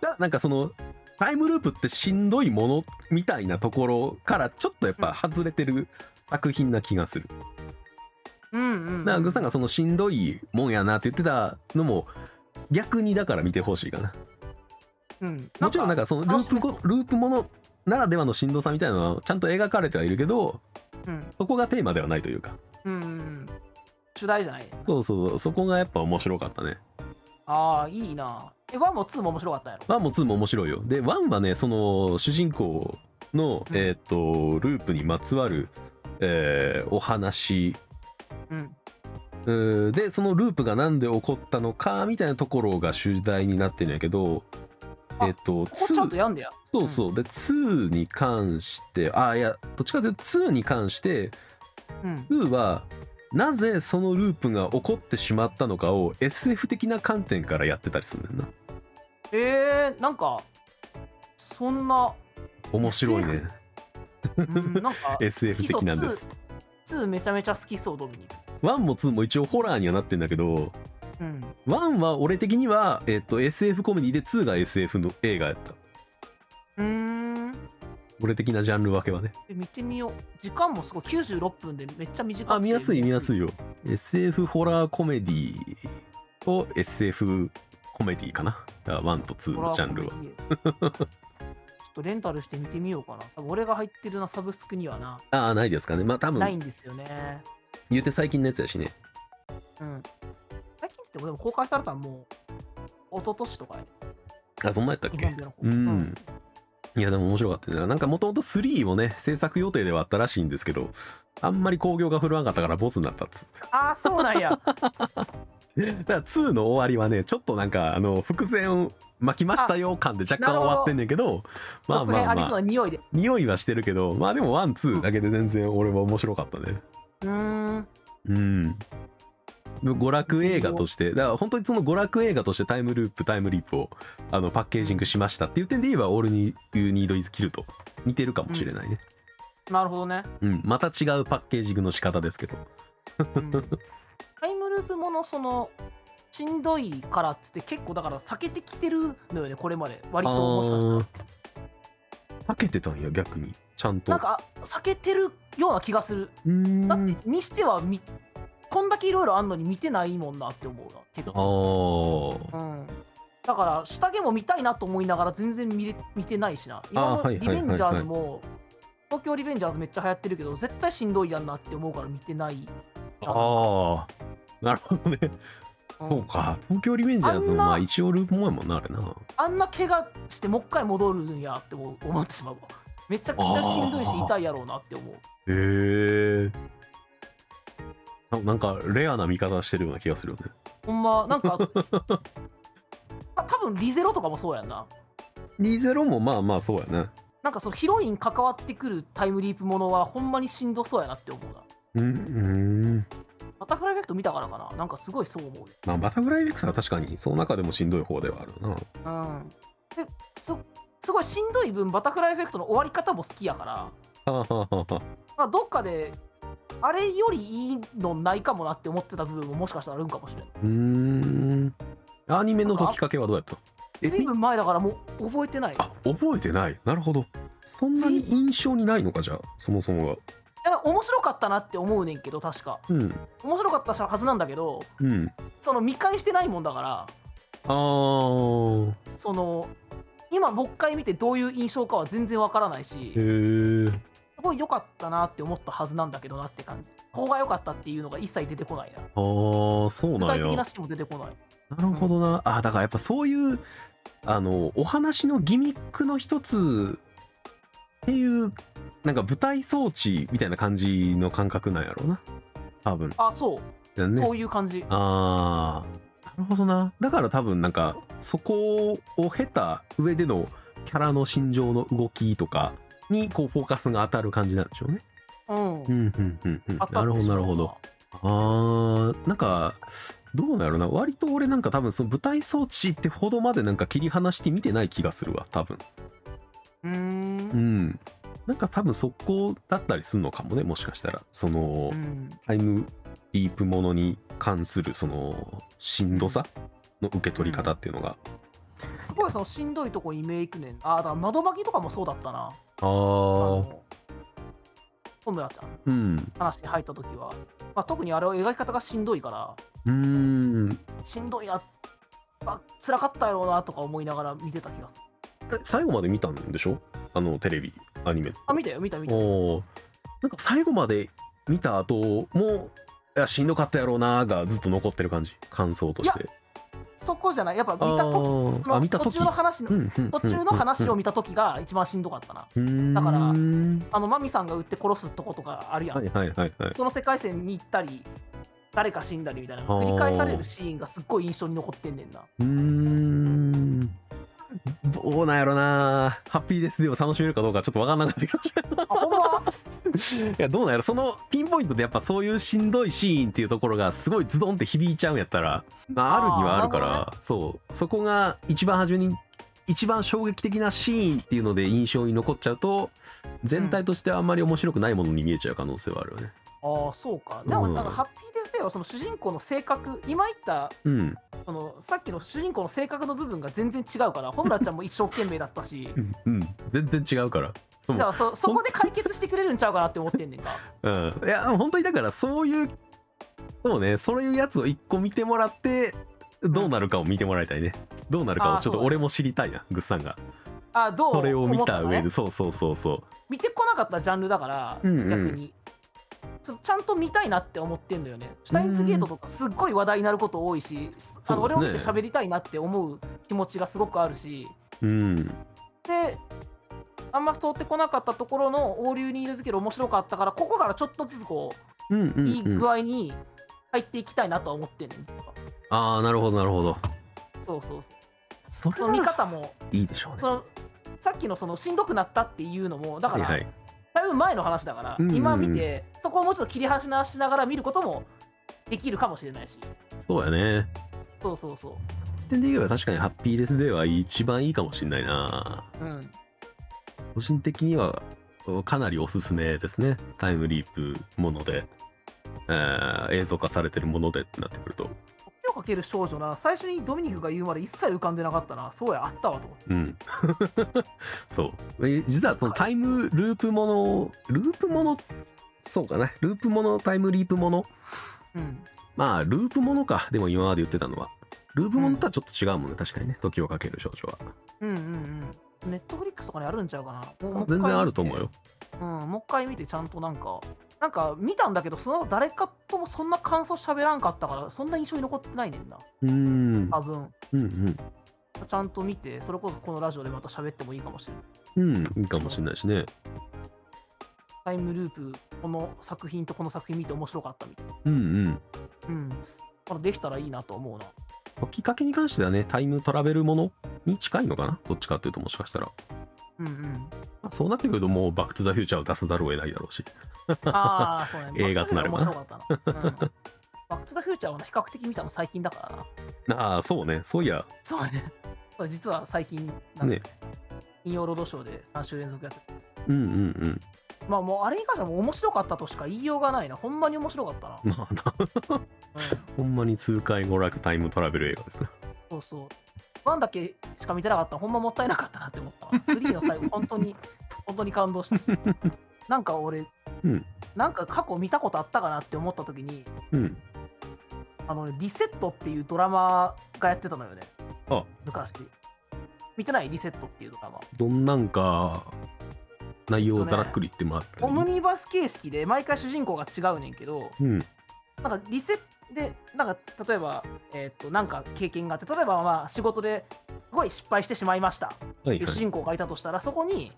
だなんかそのタイムループってしんどいものみたいなところからちょっとやっぱ外れてる作品な気がするうんうんうんだからグッさんがそのしんどいもんやなって言ってたのも逆にだから見てほしいかなうん、もちろんなんかそのループご楽しループものならではのしんどさみたいなのはちゃんと描かれてはいるけどめそうそこがテーマではないというかうん、うんうんうん、主題じゃないそうそうそこがやっぱ面白かったねああいいなえワンもツーも面白かったんやろ1も2も面白いよで1はねその主人公の、うんえーっとループにまつわる、えーお話うんうーでそのループが何で起こったのかみたいなところが主題になってるんやけどあえーっとここちゃんと2やんだよそうそうで2に関してあいやどっちかというと2に関してうん2はなぜそのループが起こってしまったのかを SF 的な観点からやってたりするんだよなえー、なんかそんな、面白いね うん、なんか SF 的なんです2めちゃめちゃ好きそうドミニク1も2も一応ホラーにはなってんだけどうん1は俺的には、えっと SF コメディで2が SF の映画やったうーん俺的なジャンル分けはねえ見てみよう時間もすごい96分でめっちゃ短くてあ見やすい見やすいいよ SF ホラーコメディと SF コメディかなだから1と2のジャンルははちょっとレンタルして見てみようかな多分俺が入ってるなサブスクにはなああないですかねまあ多ないん分ですよね言うて最近のやつやしねうん最近っつってもでも公開されたのもう一昨年とかやねあそんなんやったっ日け本での方うんいやでも面白かったねなんかもともと3をね制作予定ではあったらしいんですけどあんまり興行が振るわなかったからボスになったっつってああそうな んやだから2の終わりはねちょっとなんかあの伏線巻きましたよ感で若干なるほ終どわってんねんけどまあ続編まありそうまなあ匂いで匂いはしてるけどまあでも12だけで全然俺は面白かったねうーんうん娯楽映画としてだから本当にその娯楽映画としてタイムループタイムリープをあのパッケージングしましたっていう点で言えば「オールニーニードイズキルと似てるかもしれないね、なるほどね、うん、また違うパッケージングの仕方ですけどうんタイムループものそのしんどいからっつって結構だから避けてきてるのよねこれまで割ともしかしたらあー避けてたんや逆にちゃんとなんか避けてるような気がするうーんだってにしてはみこんだけいろいろあんのに見てないもんなって思うな結ああ構、うん、だから下着も見たいなと思いながら全然見れ見てないしな今はのいリはいはいベンジャーズも東京リベンジャーズめっちゃ流行ってるけど絶対しんどいやんなって思うから見てないああなるほどね、そうか東京リベンジャーズあもんなまあ一応ループもやもんなあれなあんな怪我してもう一回戻るんやって思う思ってしまうわ めちゃくちゃしんどいしあー痛いやろうなって思うへえなんかレアな見方してるような気がするよねほんまなんか あ多分リゼロとかもそうやんな20もまあまあそうやねなんかそのヒロイン関わってくるタイムリープものはほんまにしんどそうやなって思うなうんうんバタフライエフェクト見たからかななんかすごいそう思うねまあバタフライエフェクトは確かにその中でもしんどい方ではあるなうんですすごいしんどい分バタフライエフェクトの終わり方も好きやからはあはあはあはあまあどっかであれよりいいのないかもなって思ってた部分ももしかしたらあるんかもしれないうーんアニメの解きかけはどうやったえずいぶん前だからもう覚えてないあ覚えてないなるほどそんなに印象にないのかじゃあそもそもがいや面白かったなって思うねんけど確かうん面白かったはずなんだけどうんその見返してないもんだからあーその今もう一回見てどういう印象かは全然わからないしすへえごい良かったなって思ったはずなんだけどなって感じここが良かったっていうのが一切出てこないなあーそう具なん体や的ななシーンも出てこないるほどなあだからやっぱそういうあのお話のギミックの一つっていうなんか舞台装置みたいな感じの感覚なんやろうな多分あそうだねこういう感じ、ああなるほどなだから多分なんかそこを経た上でのキャラの心情の動きとかにこうフォーカスが当たる感じなんでしょうね。うんうんうんうんうん。あったなんるほでどしなょうるほど。あーなんかどうなるな割と俺なんか多分その舞台装置ってほどまでなんか切り離して見てない気がするわ多分。うーうんん。なんか多分そこだったりするのかもねもしかしたらその。うんタイムリープものに関するそのしんどさの受け取り方っていうのが、すごいそのしんどいとこに目いくねんあだから窓巻きとかもそうだったなあああの小村ちゃんうん話に入った時は、まあ、特にあれは描き方がしんどいからうーんしんどいな、あ辛かったやろうなとか思いながら見てた気がする。え最後まで見たんでしょあのテレビアニメあ、見たよ、見た、見た。おーなんか最後まで見た後もいやしんどかったやろうなーがずっと残ってる感じ感想としてそこじゃない、やっぱ見あた時ーそのあ見た途時中の話の、途途中の話を見た時が一番しんどかったな。だだからあの、マミさんが撃って殺すとことかあるやん。はいはいはいはいその世界線に行ったり、誰か死んだりみたいな、繰り返されるシーンがすっごい印象に残ってんね んな。うーんどうなんやろなハッピーデスデーを楽しめるかどうかちょっと分かんなかったけどあ、ほんまいやどうなんやろそのピンポイントでやっぱそういうしんどいシーンっていうところがすごいズドンって響いちゃうんやったら、まあ、あるにはあるかあーなるらそうそこが一番初めに一番衝撃的なシーンっていうので印象に残っちゃうと全体としてはあんまり面白くないものに見えちゃう可能性はあるよね。ああそうかでもうんなんかハッピーデスデーはその主人公の性格今言ったうん、そのさっきの主人公の性格の部分が全然違うから本村ちゃんも一生懸命だっ たしうんうん、全然違うから。だからそそこで解決してくれるんちゃうかなって思ってんねんかうん、いや本当にだからそういうそうねそういうやつを一個見てもらってどうなるかを見てもらいたいねどうなるかをあーちょっそうとだね俺も知りたいなグッさんがあーどうそれを見思ったたかね上でそうそうそうそ見てこなかったジャンルだから、うんうん逆にちょちゃんと見たいなって思ってんのよねシュタインズゲートとかすっごい話題になること多いし、あのそうで俺すねを見て喋りたいなって思う気持ちがすごくあるしううんであんま通ってこなかったところの「王流にいるづける」面白かったからここからちょっとずつこうんう、うんいいうん、具合に入っていきたいなとは思ってんねん実はああなるほどなるほどそうそうそうそれその見は方もいいでしょうねそのさっきのそのしんどくなったっていうのもだはかいらはいだいぶ前の話だから、うんうんうん今見てそこをもうちょっと切り離しながら見ることもできるかもしれないしそうやねそうそうそ点で言えば確かにハッピーデスデーは一番いいかもしんないなううん個人的にはかなりおすすめですねタイムリープもので、えー映像化されてるものでってなってくると手をかける少女な最初にドミニクが言うまで一切浮かんでなかったなそうやあったわと思ってうん、そうえ実はそのタイムループものループものそうかなループものタイムリープものうんまあループものかでも今まで言ってたのはループものとはちょっと違うもんね、確かにね時をかける少女うんうんうんネットフリックスとかにあるんちゃうかなもはう全然あると思う、よもう一回見てうん、もう一回見てちゃんとなんかなんか見たんだけどその誰かともそんな感想喋らんかったからそんな印象に残ってないねんなうーん多分うんちゃんと見てそれこそこのラジオでまた喋ってもいいかもしれないうんうんいいかもしれないしねタイムループこの作品とこの作品見て面白かったみたいなうんうんうんこれできたらいいなと思うなきっかけに関してはねタイムトラベルものに近いのかなどっちかっていうともしかしたら、うんうんまあそうなってくるともうバック・トゥ・ザ・フューチャーを出さざるを得ないだろうしああそう ね映画となればバックトゥザフューチャー面白かったな、うん、バック・トゥ・ザ・フューチャーはね比較的見たの最近だからなああそうねそういやそうねこれ実は最近なんかね金曜ロードショーで3週連続やってうんうんうんたまあもうあれに関してはもう面白かったとしか言いようがないなほんまに面白かったな、まあな、うほんまに痛快娯楽タイムトラベル映画ですね。ん、そうそうワンだけしか見てなかったのほんまもったいなかったなって思ったわ3の最後本 当に本当に感動したしなんか俺、うんなんか過去見たことあったかなって思った時にうん。あのねリセットっていうドラマがやってたのよねあ昔見てないリセットっていうドラマどんなんか、内容をざらっくり言ってもらってオもムいい、ニバス形式で毎回主人公が違うねんけどうん。なんかリセットでなんか例えば、えーっとなんか経験があって例えばまあ仕事ですごい失敗してしまいましたはい主はい。人公がいたとしたら、そこに、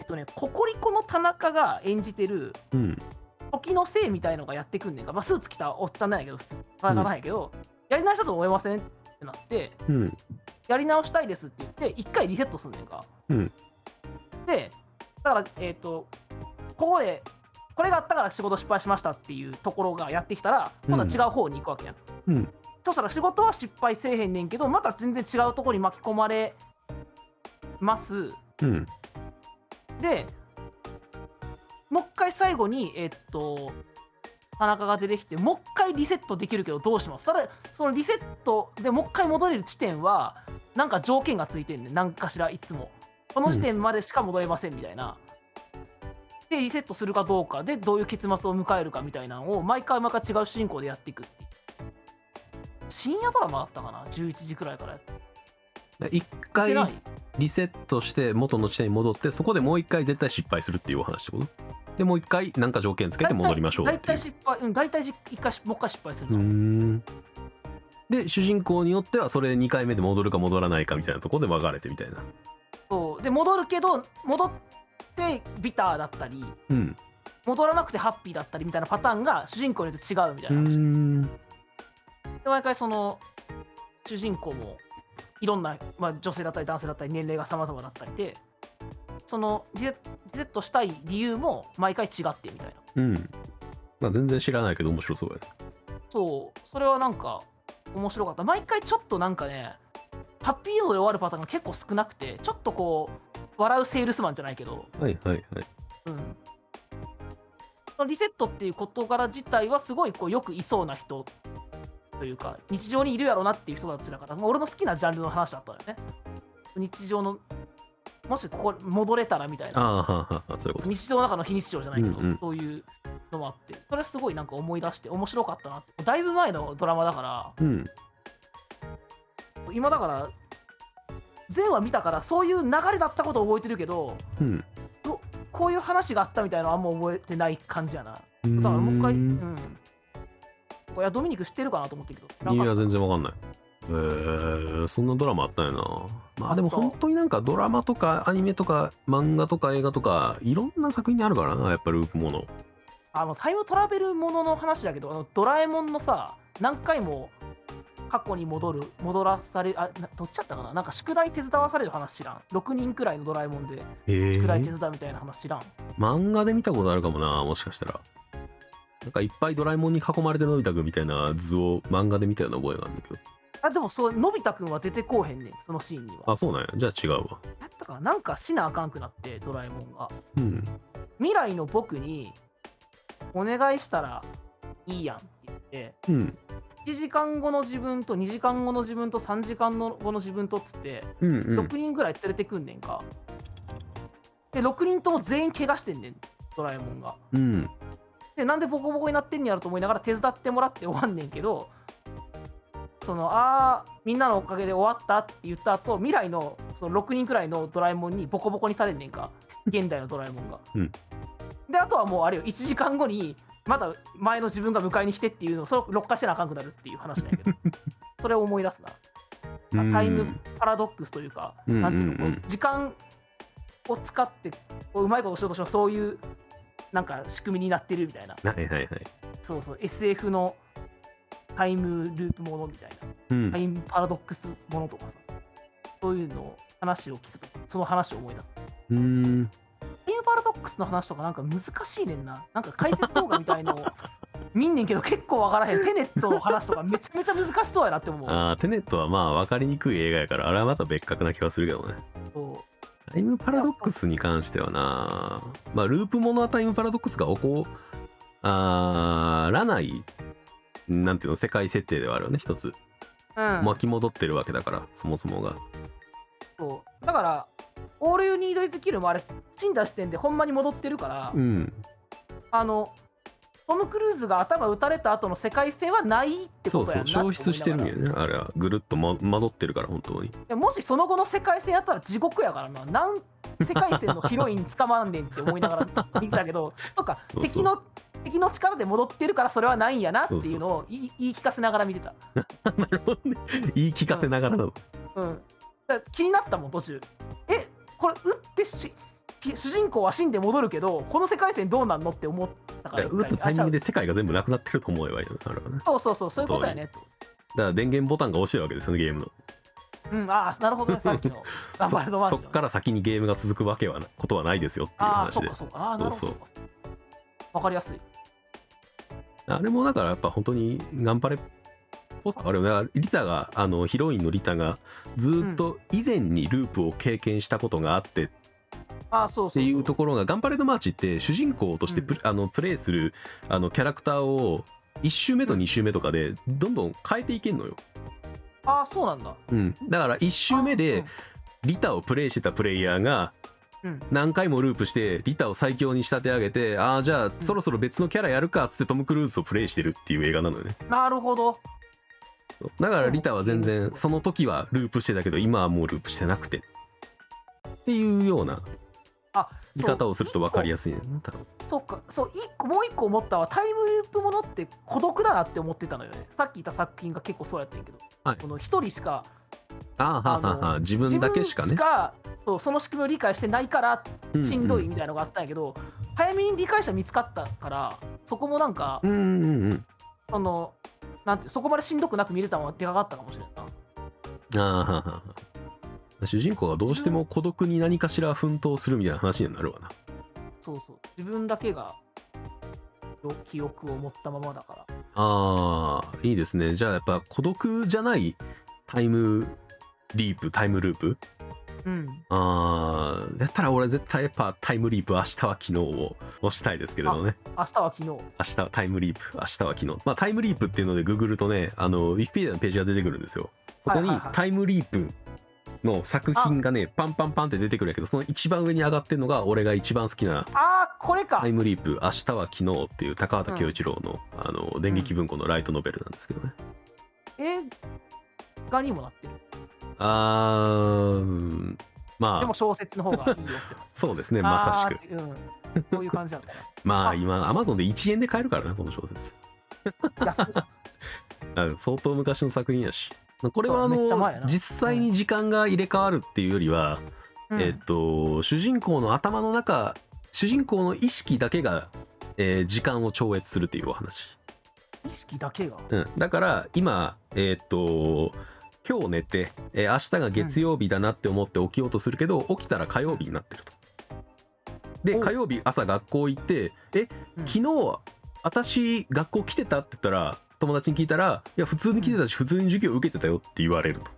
えっとね、ココリコの田中が演じてるうん。時のせいみたいのがやってくんねんか、まあ、スーツ着たおっちゃんなんやけど田中なんやけど、やり直したと思いませんってなってうん。やり直したいですって言って一回リセットすんねんか、うんでだからえっ、とここでこれがあったから仕事失敗しましたっていうところがやってきたら今度は違う方に行くわけやん、うん。そしたら仕事は失敗せえへんねんけどまた全然違うところに巻き込まれますうん。でもう一回最後にえっと田中が出てきてもう一回リセットできるけどどうしますただそのリセットでもう一回戻れる地点はなんか条件がついてんねんなんかしらいつもこの時点までしか戻れませんみたいな、でリセットするかどうかでどういう結末を迎えるかみたいなのを毎回毎回違う進行でやっていくっていう深夜ドラマだったかな11時くらいからやっ一て回ないリセットして元の地点に戻ってそこでもう一回絶対失敗するっていうお話ってことでもう一回なんか条件つけて戻りましょうってい大う体失敗うん大体し一回しもう一回失敗するうーの、んで主人公によってはそれ2回目で戻るか戻らないかみたいなところで分かれてみたいなそうで戻るけど戻ってビターだったりうん戻らなくてハッピーだったりみたいなパターンが主人公によって違うみたいうな話でん毎回その主人公もいろんな、まあ、女性だったり男性だったり年齢が様々だったりでそそのリセリセットしたい理由も毎回違ってみたいなうん。まあ、全然知らないけど面白そうやね。そうそれはなんか面白かった毎回ちょっとなんかねハッピーエンドで終わるパターンが結構少なくてちょっとこう笑うセールスマンじゃないけど、はいはいはい。うん、そのリセットっていう事柄自体はすごいこうよくいそうな人というか日常にいるやろうなっていう人たちだから、まあ俺の好きなジャンルの話だったんだよね日常のもしここ戻れたらみたいなああ、はあはあはあ、そういうこと。日常の中の非日常じゃないけど、うんうんそういうのもあってそれすごいなんか思い出して面白かったなってだいぶ前のドラマだかうん。ら今だから前は見たからそういう流れだったことを覚えてるけどうん。どこういう話があったみたいなのはあんま覚えてない感じやなだからもう一回うんういやドミニク知ってるかなと思ってるけーどん。いや、なんか全然わかんない。えー、そんなドラマあったんやな。まあでも本当になんかドラマとかアニメとか漫画とか映画とかいろんな作品にあるからな、やっぱりループもの。あのタイムトラベルものの話だけどあのドラえもんのさ何回も過去に戻る戻らされあなどっちだったかななんか宿題手伝わされる話知らん6人くらいのドラえもんでえー宿題手伝うみたいな話知らん、漫画で見たことあるかもなもしかしたらなんかいっぱいドラえもんに囲まれてるのび太くんみたいな図を漫画で見たような覚えがあるんだけどあでもそうのび太くんは出てこうへんねんそのシーンにはあそうなんやじゃあ違うわやったかななんかしなあかんくなってドラえもんがうん未来の僕にお願いしたらいいやんって言ってうん1時間後の自分と2時間後の自分と3時間後の自分とっつってうんうん6人ぐらい連れてくんねんか、で6人とも全員怪我してんねんドラえもんがうんでなんでボコボコになってんねやろと思いながら手伝ってもらって終わんねんけどそのあーみんなのおかげで終わったって言った後未来のその6人くらいのドラえもんにボコボコにされんねんか現代のドラえもんが、うんであとはもうあれよ1時間後にまだ前の自分が迎えに来てっていうのをそれを録画してなあかんくなるっていう話なんや けどそれを思い出すなうんタイムパラドックスというか、うんなんていうのこうんう時間を使ってこううまいことしようとしてもそういうなんか仕組みになってるみたいなはいはいはいそうそう SF のタイムループものみたいな、うんタイムパラドックスものとかさそういうのを話を聞くとその話を思い出すうんタイムパラドックスの話とかなんか難しいねんななんか解説動画みたい のを見んねんけど結構わからへんテネットの話とかめちゃめちゃ難しそうやなって思うあーテネットはまあ分かりにくい映画やからあれはまた別格な気はするけどねそうタイムパラドックスに関してはなまあループものはタイムパラドックスが起こあーらないなんていうの世界設定ではあるよね一つうん巻き戻ってるわけだからそもそもがそうだから「オール・ユニード・イズ・キル」もあれチン出してんでほんまに戻ってるから、うんあのトム・クルーズが頭打たれた後の世界線はないってそこうとやそんなう消失してるんんやねあれはぐるっと、ま、惑ってるから本当にもしその後の世界線やったら地獄やからななん世界線のヒロイン捕まんねんって思いながら 見てたけどそっかそうそう敵の敵の力で戻ってるからそれはないんやなっていうのを言い言い聞かせながら見てた、なるほどね言い聞かせながらだとうん、だから気になったもん途中えこれ打ってしひ主人公は死んで戻るけどこの世界線どうなんのって思ったからうっと一タ回イミングで世界が全部なくなってると思えばいいのあれはねだかあそうそうそうそういうことやねとら電源ボタンが押してるわけですよねゲームのうん、ああ、なるほど ね、さっきのラそバルドマンシそョンっから先にゲームが続くわけはなことはないですよっていうああ、話そうでか、そうか。ああ、なるほそうどそう。わかりやすい。あれもだからやっぱ本当に頑張れっぽさあるよねリタがあのヒロインのリタがずーっと以前にループを経験したことがあってああ、そうってそうそう。いうところが「ガンパレードマーチ」って主人公としてプ,、あのプレイするあのキャラクターを1周目と2周目とかでどんどん変えていけんのよ、ああ、そうなんだ。うん、だから1周目でリタをプレイしてたプレイヤーがうん何回もループしてリタを最強に仕立て上げてああじゃあそろそろ別のキャラやるかっつってトム・クルーズをプレイしてるっていう映画なのよねうんなるほど。だからリタは全然その時はループしてたけど今はもうループしてなくてっていうようなあ見方をすると分かりややすいね多分すい。そうか、そう、一個、もう一個思ったのは、タイムループものって孤独だなって思ってたのよね。さっき言った作品が結構そうやってんけど、はいこの一人しか、あーはーはーはー自分だけしか自ね分そう、その仕組みを理解してないから、しんどいみたいなのがあったんやけど、早めに理解者見つかったから、そこもなんか、うんうんうんうんそのなんてそこまでしんどくなく見れたのはでかかったかもしれんなあーはーはーは主人公がどうしても孤独に何かしら奮闘するみたいな話にはなるわなそうそう自分だけが記憶を持ったままだからあーいいですねじゃあやっぱ孤独じゃないタイムリープタイムループうんあーやったら俺絶対やっぱタイムリープ明日は昨日を押したいですけれどね明日は昨日明日はタイムリープ明日は昨日まあタイムリープっていうのでググるとねあのウィキペディアのページが出てくるんですよそこにはいはいはいタイムリープの作品がねパンパンパンって出てくるんやけどその一番上に上がってるのが俺が一番好きなああこれか、タイムリープ明日は昨日っていう高畑清一郎の,、あの電撃文庫のライトノベルなんですけどね、映画にもなってるあーうんまでもあ小説の方がいいよってそうですね まさしくくうんこういう感じなんだなまああ今アマゾンで1円で買えるからなこの小説安いあ相当昔の作品やしこれはあそうめっちゃ前やのな実際に時間が入れ替わるっていうよりは、うんえっと主人公の頭の中主人公の意識だけが、えー時間を超越するっていうお話、意識だけがうん、だから今えっと今日寝て、えー明日が月曜日だなって思って起きようとするけど、起きたら火曜日になってると。でお火曜日朝学校行って「えうん昨日私学校来てた?」って言ったら友達に聞いたら「いや普通に来てたし普通に授業受けてたよ」って言われると。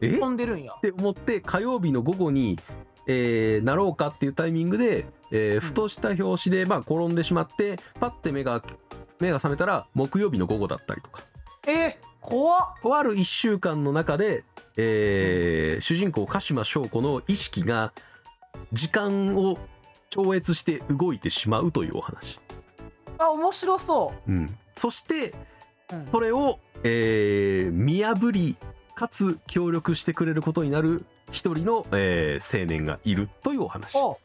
え飛んでるんやって思って火曜日の午後に、えーなろうかっていうタイミングで、えーふとした拍子で、まあ、転んでしまってパッて目が目が覚めたら木曜日の午後だったりとかえー、怖っとある1週間の中で、えー主人公鹿島翔子の意識が時間を超越して動いてしまうというお話、あ面白そうん、そしてう、うんそれを、えー見破りかつ協力してくれることになる一人の、えー青年がいるというお話お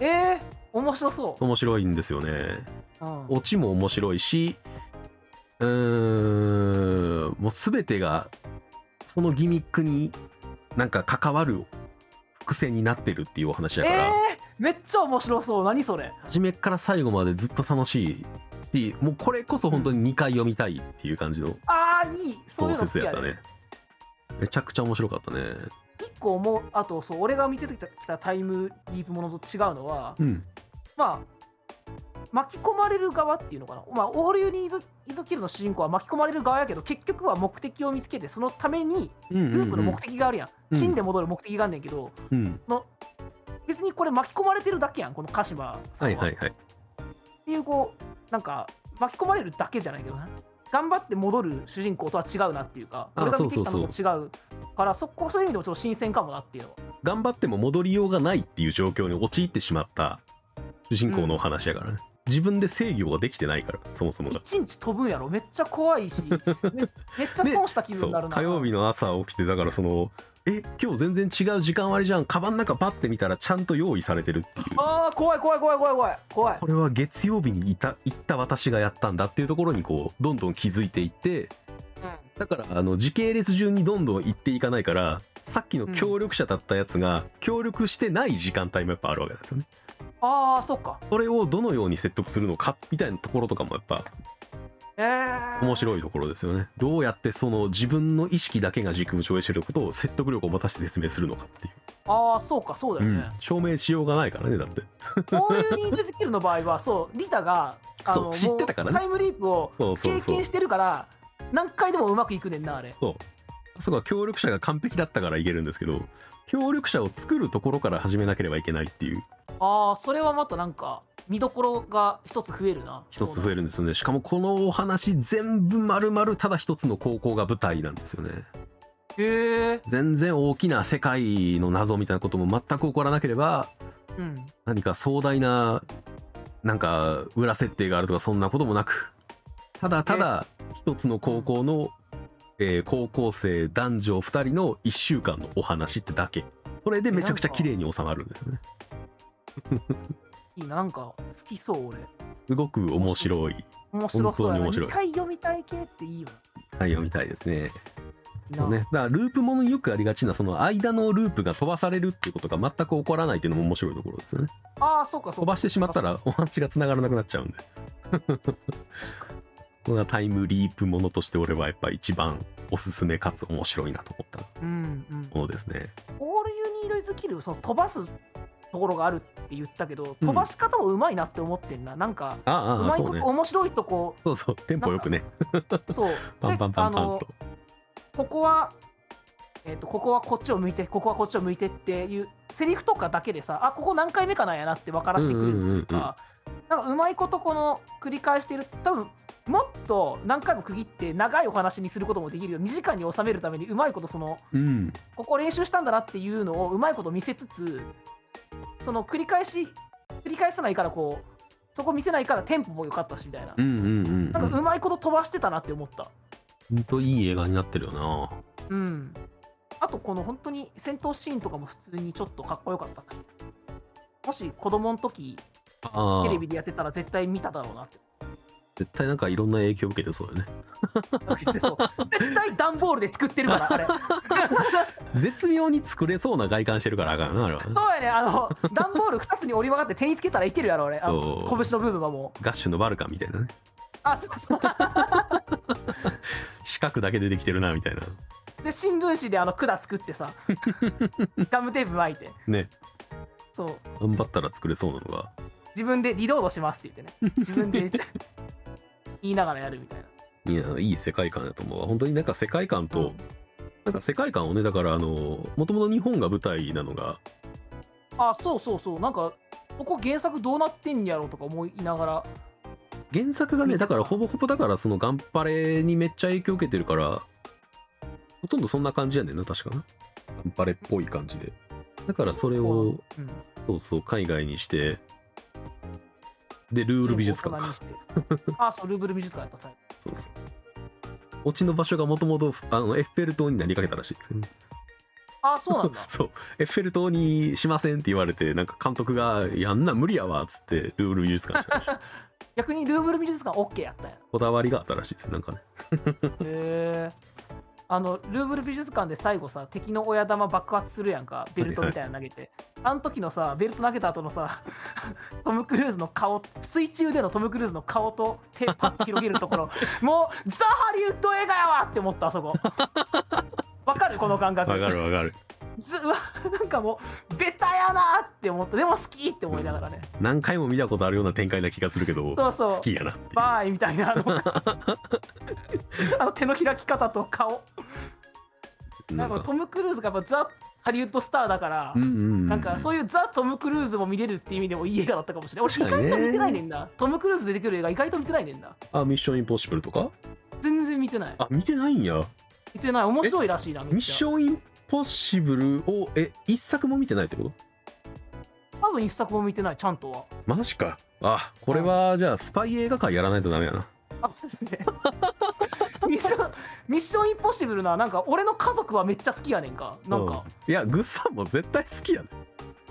えー、面白そ面白いんですよねう、うん、オチも面白いしうーんもう全てがそのギミックになんか関わる伏線になってるっていうお話だから、えー、めっちゃ面白そう何それ初めから最後までずっと楽しいしもうこれこそ本当に2回読みたいっていう感じのああいいそ小ういうの好き説ややったねねめちゃくちゃ面白かったね一個思うあとそう俺が見てきたきたタイムリープものと違うのは、うんまあ巻き込まれる側っていうのかな、まあ、オールユニーズ・イゾキルの主人公は巻き込まれる側やけど結局は目的を見つけてそのためにうんうんループの目的があるやん、うん死んで戻る目的があんねんけど、うん別にこれ巻き込まれてるだけやんこの鹿島さはんいは、はいはいっていうこうなんか巻き込まれるだけじゃないけどな頑張って戻る主人公とは違うなっていうかあ俺がそ見うてそうきたそうのと違うからそこそういう意味でもちょっと新鮮かもなっ ていうのは頑張っても戻りようがないっていう状況に陥ってしまった主人公のお話やからね、自分で制御ができてないからそもそもが一日飛ぶんやろめっちゃ怖いしめめっちゃ損した気分そになるうな火曜日の朝起きてだからそのえ今日全然違う時間割じゃんカバンの中パッて見たらちゃんと用意されてるっていうあー怖い怖い怖い怖い怖い怖いこれは月曜日にいた行った私がやったんだっていうところにこうどんどん気づいていってだからあの時系列順にどんどん行っていかないからさっきの協力者だったやつが協力してない時間帯もやっぱあるわけなんですよねああそっかそれをどのように説得するのかみたいなところとかもやっぱえー、面い白いところですよねどうやってその自分の意識だけが軸を超越してることを説得力を持たせて説明するのかっていう、ああそうかそうだよね、証明しようがないからねだってこういうニーズスキルの場合はそうリタがあの そう知ってたからねもうタイムリープをそうそう経そう験してるから何回でもうまくいくねんなあれそうあそこは協力者が完璧だったからいけるんですけど協力者を作るところから始めなければいけないっていうああそれはまたなんか見どころが一つ増えるな一つ増えるるんですよねしかもこのお話全部丸々ただ一つの高校が舞台なんですよねへえ全然大きな世界の謎みたいなことも全く起こらなければうん何か壮大ななんか裏設定があるとかそんなこともなくただただ一つの高校の、えー高校生男女2人の1週間のお話ってだけそれでめちゃくちゃ綺麗に収まるんですよねいいななんか好きそう俺すごく面白い面白そうや本当にな面白い2回読みたい系っていいよ内容みたいですねいいそなうねだからループものによくありがちなその間のループが飛ばされるっていうことが全く起こらないっていうのも面白いところですよねああそうかそうか飛ばしてしまった らお話が繋がらなくなっちゃうんで これがタイムリープものとして俺はやっぱ一番おすすめかつ面白いなと思ったうんうん、ものですね。オールユニードイズキルその飛ばすところがあるって言ったけど飛ばし方もうまいなって思ってんな、なんかあうあああまいそこうと、ね。面白いとこそうそうテンポよくね そうパンでパンパあンパンのと。ここは、えー、とここはこっちを向いてここはこっちを向いてっていうセリフとかだけでさあここ何回目かなんやなって分からせてくれるというか、なんかうまいことこの繰り返してる多分もっと何回も区切って長いお話にすることもできるよ2時間に収めるためにうまいことそのうんここ練習したんだなっていうのをうまいこと見せつつその繰り返し繰り返さないからこうそこ見せないからテンポも良かったしみたいな、うんうんうんなんかうまいこと飛ばしてたなって思ったほんといい映画になってるよな。うんあとこの本当に戦闘シーンとかも普通にちょっとかっこよかったもし子供の時ああテレビでやってたら絶対見ただろうなって絶対なんかいろんな影響を受けてそうよね。そう絶対段ボールで作ってるからあれ絶妙に作れそうな外観してるからあかんなあれはね。そうやねあの段ボール2つに折り曲がって手につけたらいけるやろあれあのそう拳の部分はもうガッシュのバルカンみたいなねあそうそう四角だけでできてるなみたいなで新聞紙であの管作っ てさガムテープ巻いてねそう頑張ったら作れそうなのが自分でリロードしますって言ってね自分で言いながらやるみたいないやいい世界観だと思うわ本当になんか世界観と、なんか世界観をねだからあのもともと日本が舞台なのがあそうそうそうなんかここ原作どうなってんやろうとか思いながら原作がねだからほぼほぼだからその頑張れにめっちゃ影響受けてるからほとんどそんな感じやねんな確かな頑張れっぽい感じでだからそれをこううんそうそう海外にしてでルール美術館大人にかしてあそうルーブル美術館やった際そうそう落ちの場所がもともとあのエッフェル塔になりかけたらしいですよねあそうなん だそうエッフェル塔にしませんって言われてなんか監督が「やんな無理やわ」っつってルール美術館にしたらし い逆にルーブル美術館 OK やったんやこだわりがあったらしいですなんかねへえあのルーブル美術館で最後さ敵の親玉爆発するやんかベルトみたいなの投げて、あの時のさベルト投げた後のさ トム・クルーズの顔水中でのトム・クルーズの顔と手パッと広げる ところもうザ・ハリウッド映画やわって思ったあそこ わかるこの感覚わ かるわかるずうわなんかもうベタやなって思ったでも好きって思いながらね、何回も見たことあるような展開な気がするけどそうそう好きやなっていうバーイみたいなあ のあの手の開き方と顔ななんんかかトム・クルーズがやっぱザ・ハリウッドスターだから、うんうんうんなんかそういうザ・トム・クルーズも見れるって意味でもいい映画だったかもしれない確俺意かにね外と見てないねんなトム・クルーズ出てくる映画意外と見てないねんなあミッションインポッシブルとか全然見てないあ見てないんや見てない面白いらしいなミめッっちシゃョンインポッシブルをえ一作も見てないってこと多分一作も見てないちゃんとはマジかあこれはじゃあスパイ映画界やらないとダメやなあマジでミッションミッションインポッシブルななんか俺の家族はめっちゃ好きやねんかなんか、うんいやグッさんも絶対好きやね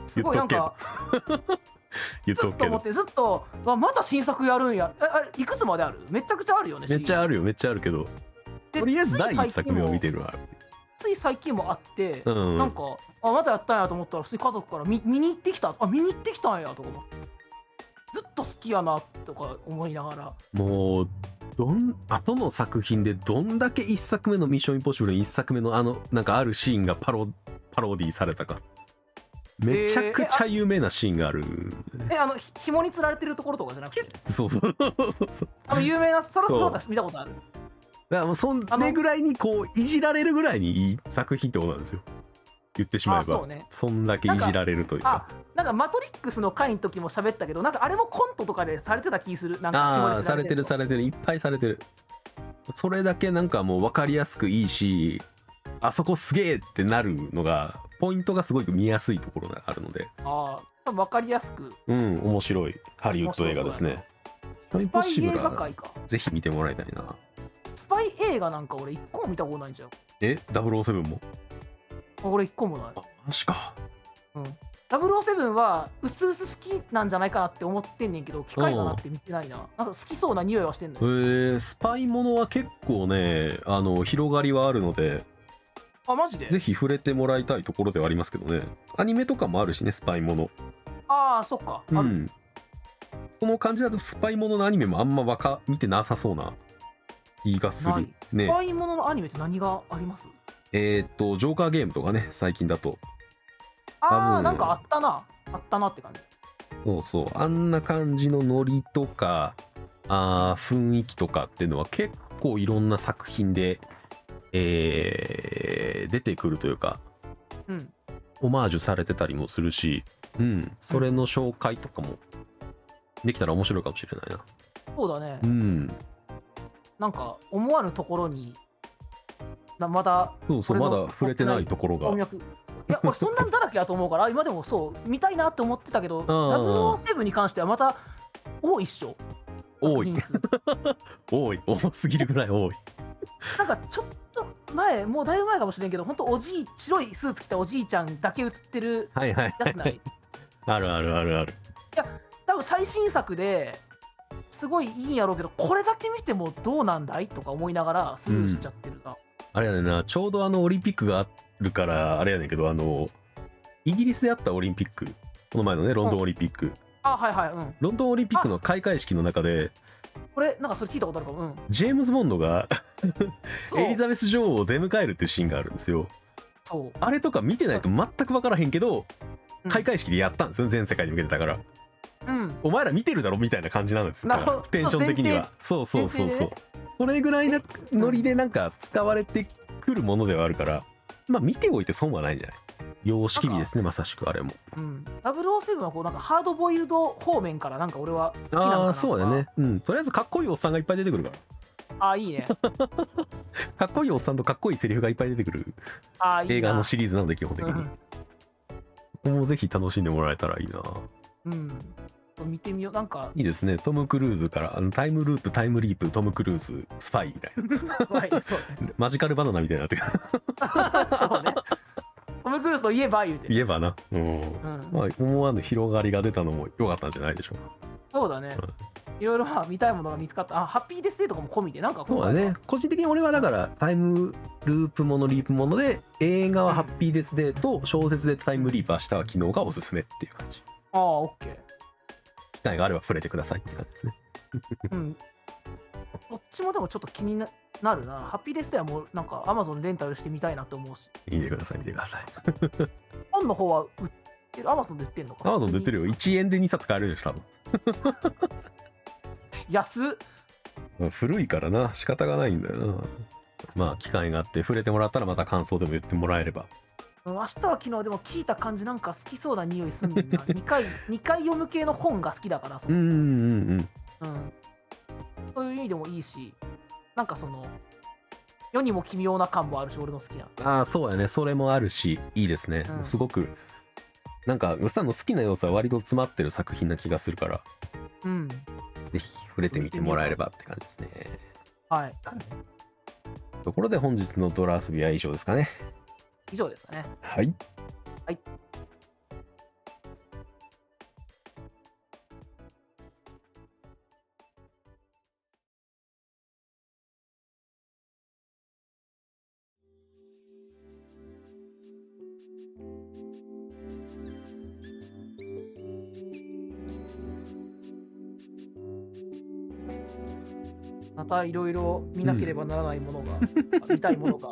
すごい言なっんとくけどか言っずとっくとけ思っどてずっとわまた新作やるんやえあれいくつまであるめちゃくちゃあるよねめっちゃあるよめっちゃあるけどでとりあえずつ第い一作目を見てるわつい最近もあって、うんなんかあまたやったんやと思ったら普通に家族から見見に行ってきたあ見に行ってきたんやとか思ってずっと好きやなとか思いながらもうどん後の作品でどんだけ一作目の「ミッションインポッシブル」の一作目のあのなんかあるシーンがパロパロディされたかめちゃくちゃ有名なシーンがある、えあのひ紐につられてるところとかじゃなくてそうそうそうそうあの有名なそろそろそう私見たことあるだからもうそんあれのぐらいにこういじられるぐらいにいい作品ってことなんですよ言ってしまえばあそうねそんだけいじられるというあかなんか「マトリックス」の回の時も喋ったけどなんかあれもコントとかでされてた気するなんか紐あにあ吊されてるのされてるいっぱいされてるそれだけなんかもう分かりやすくいいしあそこすげえってなるのがポイントがすごく見やすいところがあるのであー多分分かりやすくうん面白いハリウッド映画ですねスパイミッションイン映ポッシブル画は界かぜひ見てもらいたいなスパイ映画なんか俺一個も見たことないんじゃん。え007も俺一個もない。あマジか007は薄々好きなんじゃないかなって思ってんねんけど、機会がなくて見てないな。なんか好きそうな匂いはしてんのえよ。ー、スパイものは結構ねあの広がりはあるのであ、マジでぜひ触れてもらいたいところではありますけどねアニメとかもあるしねスパイものああ、そっか。あうるん、その感じだとスパイもののアニメもあんまわか見てなさそうな気がすないる。ね使い物のアニメって何がありますえーっと、ジョーカーゲームとかね、最近だと。多あー分なんかあったなあったなって感じそうそう。あんな感じのノリとか、あー雰囲気とかっていうのは結構いろんな作品で、えー出てくるというか、うんオマージュされてたりもするし、うん、それの紹介とかもできたら面白いかもしれないな。そうだねうん、なんか思わぬところになまだそうそう、こまれのだ触れてないところ翻が。訳いや俺そんなんだらけやと思うから今でもそう見たいなって思ってたけど007に関してはまた多いっしょ多作い品、数多い、 多すぎるぐらい多い。なんかちょっと前もうだいぶ前かもしれんけど本当おじい白いスーツ着たおじいちゃんだけ映ってるはいはい。や つないあるあるあるある。多分最新作ですごいいいんやろうけどこれだけ見てもどうなんだいとか思いながらスルーしちゃってるな、あれやねんな、ちょうどあのオリンピックがあるから、あれやねんけど、あの、イギリスであったオリンピック、この前のね、ロンドンオリンピック、あはいはいうんロンドンオリンピックの開会式の中で、これなんかそれ聞いたことあるかもうんジェームズ・ボンドがそうエリザベス女王を出迎えるっていうシーンがあるんですよ。そうあれとか見てないと全く分からへんけどう、ん開会式でやったんですよ、全世界に向けてだから。うんお前ら見てるだろみたいな感じなんですよ。なだるかほどらテンション的には。そうそうそうそう。それぐらいなノリでなんか使われてくるものではあるから、まあ見ておいて損はないんじゃない様式美ですね、まさしくあれも。うん、007はこうなんかハードボイルド方面からなんか俺は好きなのかなああー、そうだよね。うん。とりあえずかっこいいおっさんがいっぱい出てくるかああいいねら。かっこいいおっさんとかっこいいセリフがいっぱい出てくるああいいな映画のシリーズなので、基本的うに。ここもぜひ楽しんでもらえたらいいな。ん、うん、見てみようなんか いいですね。トム・クルーズから、あのタイムループ、タイムリープ、トム・クルーズ、スパイみたいな。はいそうマジカルバナナみたいになってくる そうねトム・クルーズといえば言うて言えばな。うん。うん、まあ、思わぬ広がりが出たのも良かったんじゃないでしょうか。そうだねいろいろまあ見たいものが見つかったあハッピーデスデーとかも込みでなんかそ今うだ回はね。個人的に俺はだから、タイムループもの、リープもので、映画はハッピーデスデーと小説でタイムリープはしたは昨日がおすすめっていう感じ。ああオッケ機会があれば触れてくださいって感じですね。ーうんどっちもでもちょっと気にななるなハッピーデスデーはもうなんかアマゾンレンタルしてみたいなと思うし見てください、見てください。本の方は売ってるアマゾンで売ってんの かアマゾンで売ってるよ。1円で2冊買えるでしょ、多安っ 分。古いからな、仕方がないんだよな。まあ、機会があって、触れてもらったらまた感想でも言ってもらえれば。うん明日は昨日でも聞いた感じなんか好きそうな匂いすんね んな 2, 回2回読む系の本が好きだからそ,、うんうんうん。うん、そういう意味でもいいしなんかその世にも奇妙な感もあるし俺の好きなああそうやねそれもあるしいいですね、うんすごくなんかウサの好きな要素は割と詰まってる作品な気がするからうんぜひ触れてみてもらえればって感じですねはいところで本日のドラ遊びは以上ですかね以上ですかねはいはいまたいろいろ見なければならないも のが、見たいものが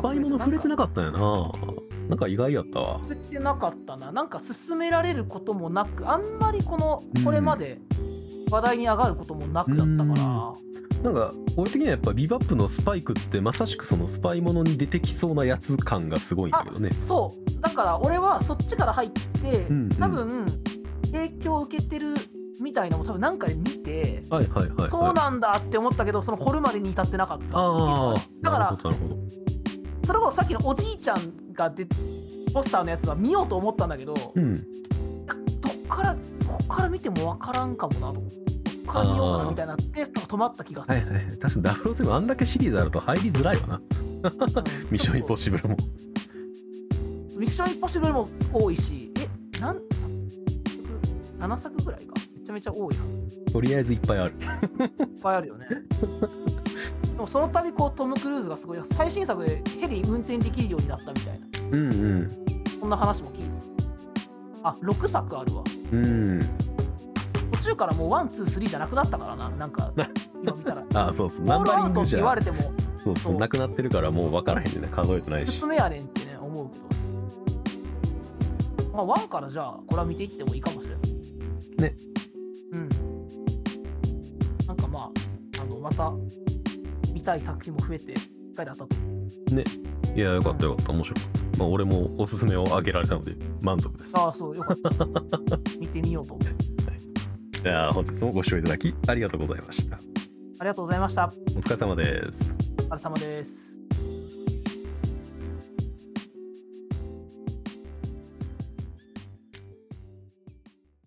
買い物触れてなかったよななんか意外やったわ作ってなかったななんか勧められることもなくあんまりこのうんこれまで話題に上がることもなくだったかなら、んか俺的にはやっぱビバップのスパイクってまさしくそのスパイものに出てきそうなやつ感がすごいんだけどねあそうだから俺はそっちから入って、うんうん多分影響を受けてるみたいなのも多分なんかで見て、はいはいはい、はい、そうなんだって思ったけどその掘るまでに至ってなかったっていうああだからなるほどなるほどそれこそさっきのおじいちゃんが出ポスターのやつは見ようと思ったんだけど、うんどっからこっから見ても分からんかもなとこっから見ようかなみたいなテストが止まった気がすはるい。はいはい確かに007あんだけシリーズあると入りづらいわなうんミッションインポッシブルもミッションインポッシブルも多いし、え、なん、7作ぐらいか。めちゃめちゃ多いはず。とりあえずいっぱいあるいっぱいあるよね。でもその度こうトム・クルーズがすごい最新作でヘリ運転できるようになったみたいな、うんうんそんな話も聞いた。あ、6作あるわ。うん途中からもう1、2、3じゃなくなったからな。なんか、今見た らあそうそうホナンールバアリンウトグってじ言わゃれてもそうそうなくなってるからもう分からへんねんな数えてないし説明やねんってね思うけどまあ1からじゃあこれは見ていってもいいかもしれないねうんなんかまああのまた見たい作品も増えて一回だったといやよかったよかった面白かった、まあ、俺もおすすめを挙げられたので満足ですああそうよかった見てみようと思ういや本日もご視聴いただきありがとうございましたありがとうございましたお疲れ様ですお疲れ様です